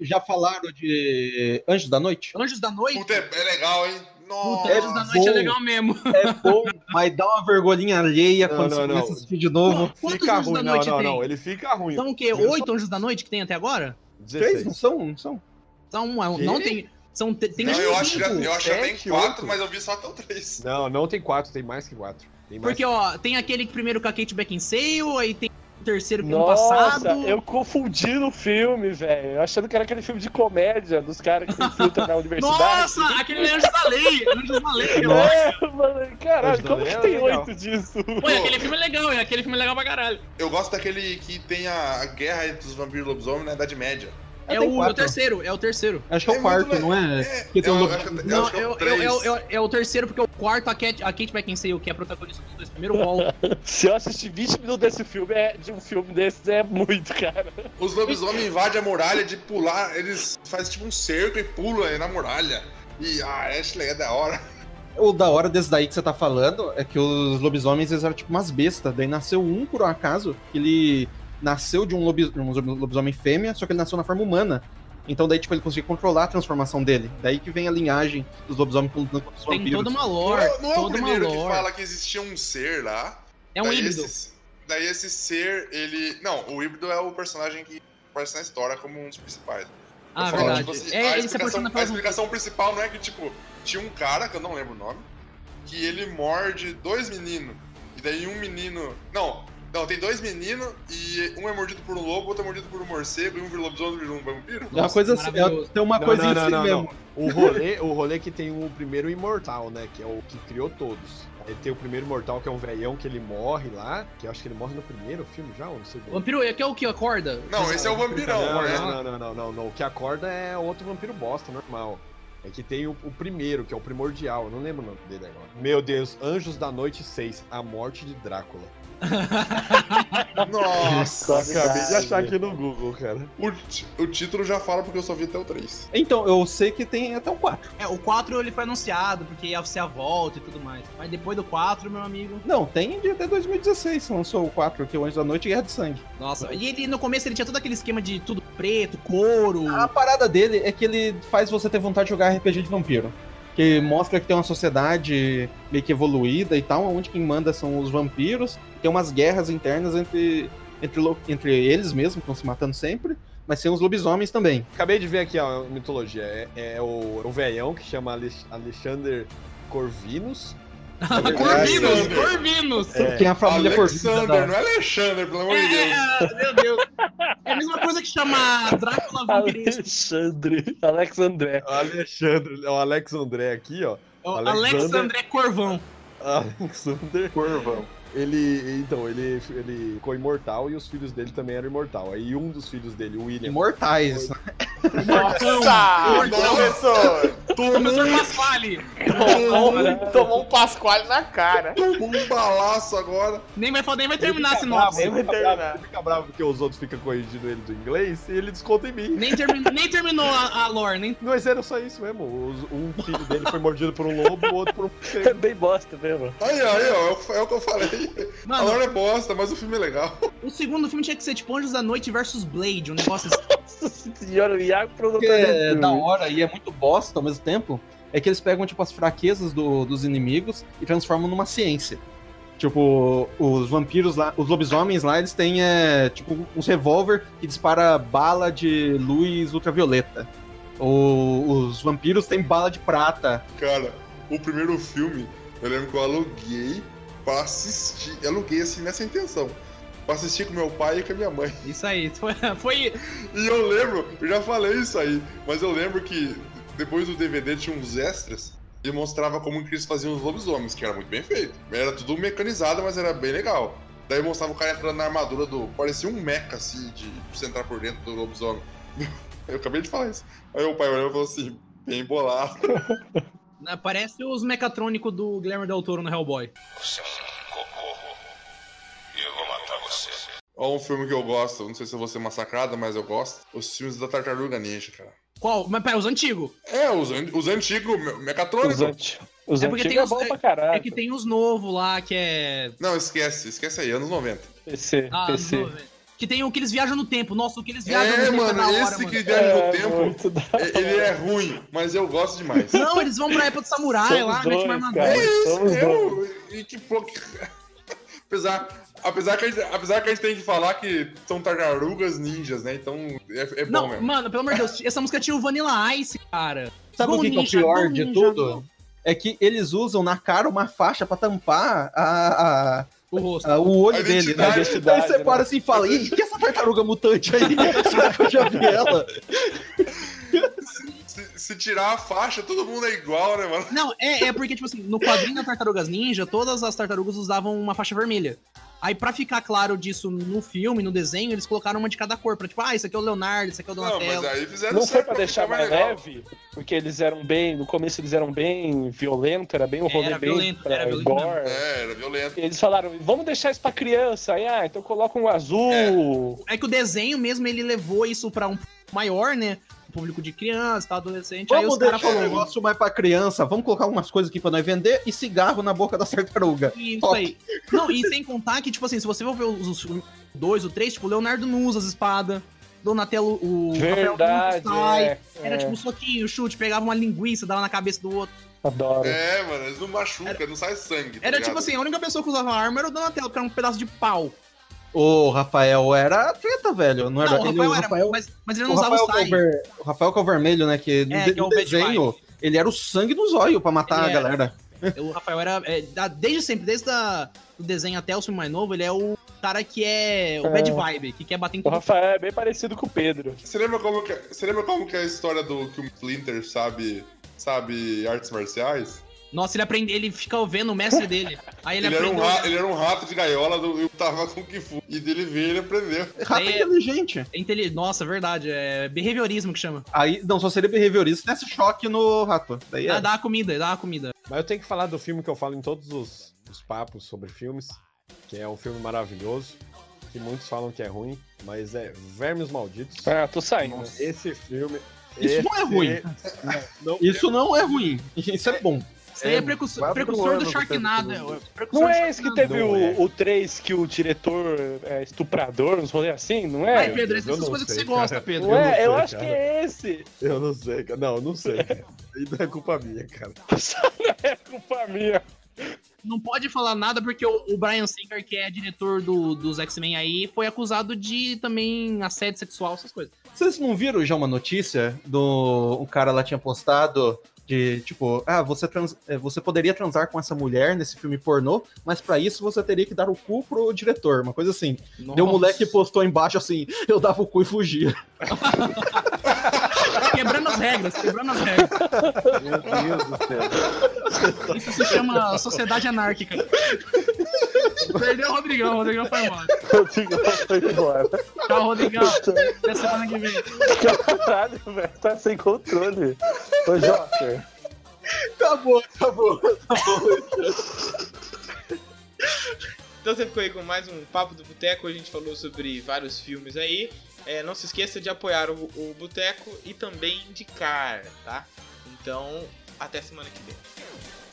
Já falaram de Anjos da Noite?
Anjos da Noite?
Puta, é é legal, hein? Nossa.
Puta, Anjos da Noite é legal mesmo.
É bom, mas dá uma vergonhinha alheia
Não,
quando
não,
você
não.
começa a assistir de novo.
Quantos
Fica
Anjos
ruim,
da
não,
Noite
não,
tem?
não. Ele fica ruim.
São o quê? Oito Anjos da Noite que tem até agora?
Três?
16.
Não são? Não são?
São um,
Quê?
não tem. São, te- tem
Não, eu acho que já,
cinco.
eu acho que já tem
sete,
quatro,
oito.
mas eu vi só até o três.
Não, não tem quatro, tem mais que quatro. Tem
um,
mais
Porque, ó, tem aquele que primeiro com a Kate Beckinsale, aí tem o terceiro que é no
Nossa,
passado.
eu confundi no filme, velho. Achando que era aquele filme de comédia dos caras que se infiltram na universidade.
Nossa, aquele é Anjos da Lei. Anjos da Lei. ó.
É, mano, caralho,
Mas
como
também
que
é
tem
legal.
oito disso?
Pô, e aquele filme é legal, e aquele filme é legal pra caralho.
Eu gosto daquele que tem a, a guerra entre os vampiros e lobisomens na Idade Média.
É
tem
o, é o
quatro.
terceiro, é o terceiro.
Acho que é o
É
quarto,
muito
não é? Porque tem
Eu,
um
acho, que- eu
Não,
acho que é
eu- eu-
o
eu-
três.
eu- é o terceiro, porque o quarto, a Kate, a Kate Beckinsale, que é a protagonista dos dois primeiro rol.
Se eu assistir 20 minutos desse filme, é, de um filme desses, é muito, cara.
Os lobisomens invadem a muralha de pular, eles fazem tipo um cerco e pulam aí na muralha. E a Ashley é da hora.
O da hora desse daí que você tá falando é que os lobisomens eles eram tipo umas bestas. Daí nasceu um por um acaso, que ele nasceu de um, lobis, um lobisomem fêmea, só que ele nasceu na forma humana. Então daí, tipo, ele conseguia controlar a transformação dele. Daí que vem a linhagem dos lobisomens com, com os
Tem
vampiros.
toda uma
Não
lore,
é, não é o
toda uma
primeiro que
lore.
fala que existia um ser lá.
É um
daí
híbrido.
Esse, daí esse ser, ele. Não, o híbrido é o personagem que aparece na história como um dos principais. Eu
Ah,
falo,
verdade.
tipo assim,
é,
a
ele se
explicação,
apaixona
a
pelas
explicação principal não é que, tipo, tinha um cara, que eu não lembro o nome, que ele morde dois meninos. E daí um menino. Não, não, tem dois meninos e um é mordido por um lobo, outro é mordido por um morcego e um vira lobisomem vira um vampiro.
É uma coisa assim, é,
maravilhoso.
tem uma
Não,
coisinha
não,
assim
não, não,
mesmo.
O rolê, o rolê que tem o primeiro imortal, né? Que é o que criou todos. Aí tem o primeiro imortal, que é um velhão que ele morre lá, que eu acho que ele morre no primeiro filme já, ou não sei. Não,
Vampiro, que é o que acorda?
Não, esse é o vampirão,
não,
né?
não, não, não, não, não. O que acorda é outro vampiro bosta, normal. É que tem o, o primeiro, que é o primordial, eu não lembro o nome dele agora. Meu Deus, Anjos da Noite 6, A Morte de Drácula.
Nossa,
Acabei de achar aqui no Google, cara.
O, ti- o título já fala porque eu só vi até o 3.
Então, eu sei que tem até o 4.
É, o 4 ele foi anunciado, porque ia ser a volta e tudo mais. Mas depois do 4, meu amigo.
Não, tem de até 2016, se lançou o 4, que é o Anjo da Noite e Guerra de Sangue.
Nossa. E ele no começo ele tinha todo aquele esquema de tudo preto, couro.
Ah,
A parada dele é que ele faz você ter vontade de jogar RPG de vampiro. Que mostra que tem uma sociedade meio que evoluída e tal, onde quem manda são os vampiros. Tem umas guerras internas entre, entre, lo- entre eles mesmo, que estão se matando sempre. Mas tem os lobisomens também.
Acabei de ver aqui a mitologia. É, é o, é o velhão que chama Alex- Alexander Corvinus.
é,
Corvinos!
Alexander.
Corvinos!
É.
Tem a família corvida.
Alexander,
da-
não é Alexander, pelo amor de Deus.
É, meu Deus. É a mesma coisa que chamar Drácula vampirista.
Alexandre, Alexandre.
Alexandre, o Alex André aqui, ó.
É o
Alexander-
Alexandre Corvão.
Alexander Corvão. Ah, Ele, então, ele, ele ficou imortal e os filhos dele também eram imortal. Aí um dos filhos dele, o William,
Imortais.
Tá, Nossa! Professor!
Professor Pasquale.
Tomou, tomou um Pasquale na cara.
Tomou um balaço agora.
Nem vai, nem vai terminar a
bravo,
sinopse.
ele
vai
fica
terminar.
bravo, ele fica bravo porque os outros ficam corrigindo ele do inglês e ele desconta em mim.
Nem, termi- nem terminou a, a lore, nem.
Mas era só isso mesmo. Os- Um filho dele foi mordido por um lobo, o outro por um morcego.
É bem bosta mesmo.
Aí, ó, aí, ó, é o- é o que eu falei. A
Mano,
Laura é bosta, mas o filme é legal.
o segundo filme tinha que ser tipo Anjos da Noite versus Blade, um negócio assim.
Nossa senhora, o Iago produtor
que é
do
da
filme.
hora e é muito bosta ao mesmo tempo. é que eles pegam, tipo, as fraquezas do- dos inimigos e transformam numa ciência. Tipo, os vampiros lá, os lobisomens lá, eles têm, é, tipo, uns revólver que dispara bala de luz ultravioleta. O- os vampiros têm bala de prata.
Cara, o primeiro filme, eu lembro que eu aluguei pra assistir. Eu aluguei assim nessa intenção. Pra assistir com meu pai e com a minha mãe.
Isso aí, foi.
E eu lembro, eu já falei isso aí, mas eu lembro que depois do DVD tinha uns extras e mostrava como que eles faziam os lobisomens, que era muito bem feito. Era tudo mecanizado, mas era bem legal. Daí mostrava o cara entrando na armadura do. Parecia um mecha, assim, de você entrar por dentro do lobisomem. Eu acabei de falar isso. Aí o pai olhou e falou assim, bem bolado.
Né, Parece os mecatrônicos do Guilherme Del Toro no Hellboy.
Você é um cocô. E eu vou matar você.
Ó, um filme que eu gosto, não sei se eu vou ser massacrado, mas eu gosto. Os filmes da Tartaruga Ninja, cara.
Qual? Mas pera, os antigos.
É, os, an- os antigos, me- mecatrônicos.
Os anti- os
tem os, é, é que tem os novos lá, que é.
Não, esquece, esquece aí, anos 90.
PC,
Ah, não, velho. que tem o que eles viajam no tempo. Nossa, o que eles viajam no
É,
tempo.
mano,
da hora,
esse
mano.
que
É,
viaja no tempo, e- ele é ruim, mas eu gosto demais.
Não, eles vão pra época do samurai Ah, lá, mete uma armadura.
É isso, eu, e tipo, apesar, apesar, que a gente, apesar que a gente tem que falar que são tartarugas ninjas, né? Então é, é bom
Não,
mesmo.
mano, pelo amor de Deus, essa música tinha o Vanilla Ice, cara.
Sabe o
Go
que, que é o
Ninja,
pior
Go
de
Ninja,
tudo?
Go-
É que eles usam na cara uma faixa pra tampar a, a-
o, rosto.
o olho dele, né?
identidade,
Aí você para assim e fala, e que essa tartaruga mutante aí? Será que eu já vi ela?
Se, se tirar a faixa, todo mundo é igual, né, mano?
Não, é, é porque, tipo assim, no quadrinho da Tartarugas Ninja, todas as tartarugas usavam uma faixa vermelha. Aí, pra ficar claro disso no filme, no desenho, eles colocaram uma de cada cor. Pra, tipo, ah, esse aqui é o Leonardo, esse aqui é o Donatello.
Não foi pra deixar mais leve, porque eles eram bem. No começo eles eram bem violento, era bem um rolê
Era
bem
violento,
pra
era violento
gore.
É, era violento.
Eles falaram, vamos deixar isso pra criança. Aí, ah, então coloca um azul.
É que o desenho mesmo, ele levou isso pra um público maior, né? Público de criança, tá, adolescente. aí
Vamos
os caras
deixar o
falaram.
negócio mais pra criança, vamos colocar algumas coisas aqui pra nós vender e cigarro na boca da tartaruga.
Isso
Top.
aí. Não, e sem contar que, tipo assim, se você for ver os, os filmes dois ou três, tipo, o Leonardo não usa as espadas. Donatello, o Rafael
Verdade,
não sai.
é,
Era
é.
tipo um soquinho, chute, pegava uma linguiça, dava na cabeça do outro.
Adoro.
É, mano, eles não machucam, não sai sangue. tá
Era
ligado?
tipo assim, a única pessoa que usava arma era o Donatello, porque era um pedaço de pau.
O Rafael era treta, velho. Não era
Não, o
ele-
Rafael era, mas, mas ele não
o
usava
Rafael
o
que é o
sai.
ver- o Rafael que é o vermelho, né? Que no,
É,
de-
que é o
no
Bad
desenho, ele era o sangue do zóio pra matar
Ele é.
a
era.
galera.
O Rafael era. é, da- desde sempre, desde a- o desenho até o filme mais novo, ele é o cara que é o
É.
bad vibe, que quer bater em
O
todo mundo.
Rafael é bem parecido com o Pedro.
assim-
Você lembra como que, você lembra como que é a história do que o Splinter sabe, sabe artes marciais?
Nossa, ele aprende, ele fica vendo o mestre dele. Aí
Ele,
ele,
era, um
aprendeu.
ra- ele era um rato de gaiola, do, eu tava com o Kifu. E dele veio, ele aprendeu.
Rato
É.
inteligente.
É intele- Nossa, é verdade. É behaviorismo que chama.
Aí, não, só seria behaviorista se desse choque no rato. Daí
Dá,
é.
dá a comida, dá a comida.
Mas eu tenho que falar do filme que eu falo em todos os, os papos sobre filmes, que é um filme maravilhoso, que muitos falam que é ruim, mas é Vermes Malditos.
Ah, tô saindo.
Esse filme.
Isso não é
esse-
ruim.
Não,
Isso não é ruim. Isso é bom.
Isso aí é, precursor,
vai pro
precursor
ano
do
do
Sharknado. é, é precursor
Não
do
é esse que
Sharknado.
teve o, o 3 que o diretor é estuprador, uns rolês assim, não é?
Ai, Pedro, essas
Eu não
coisas que
sei,
você gosta,
cara.
Pedro.
não
eu não
é? Eu
sei,
acho
cara.
que é esse.
Eu não sei, cara. Não, eu não sei. cara. Ainda é culpa minha, cara.
É culpa minha.
Não pode falar nada porque o, o Brian Singer, que é diretor do, dos X-Men aí, foi acusado de também assédio sexual, essas coisas.
Vocês não viram já uma notícia do um cara lá tinha postado de tipo, ah, você, trans- eh, você poderia transar com essa mulher nesse filme pornô, mas pra isso você teria que dar o cu pro diretor, uma coisa assim.
Nossa.
Deu um moleque que postou embaixo assim, eu dava o cu e fugia.
Quebrando as regras, quebrando as regras.
Meu Deus do céu.
Isso se chama sociedade anárquica. Perdeu o Rodrigão, o Rodrigão foi embora.
Rodrigão foi embora.
Tchau, Rodrigão. Até semana que vem.
Caralho, velho, tá sem controle. Ô, Joker.
Acabou, acabou, acabou.
Então você ficou aí com mais um Papo do Boteco. A gente falou sobre vários filmes aí. É, não se esqueça de apoiar o, o Boteco e também indicar, tá? Então, até semana que vem.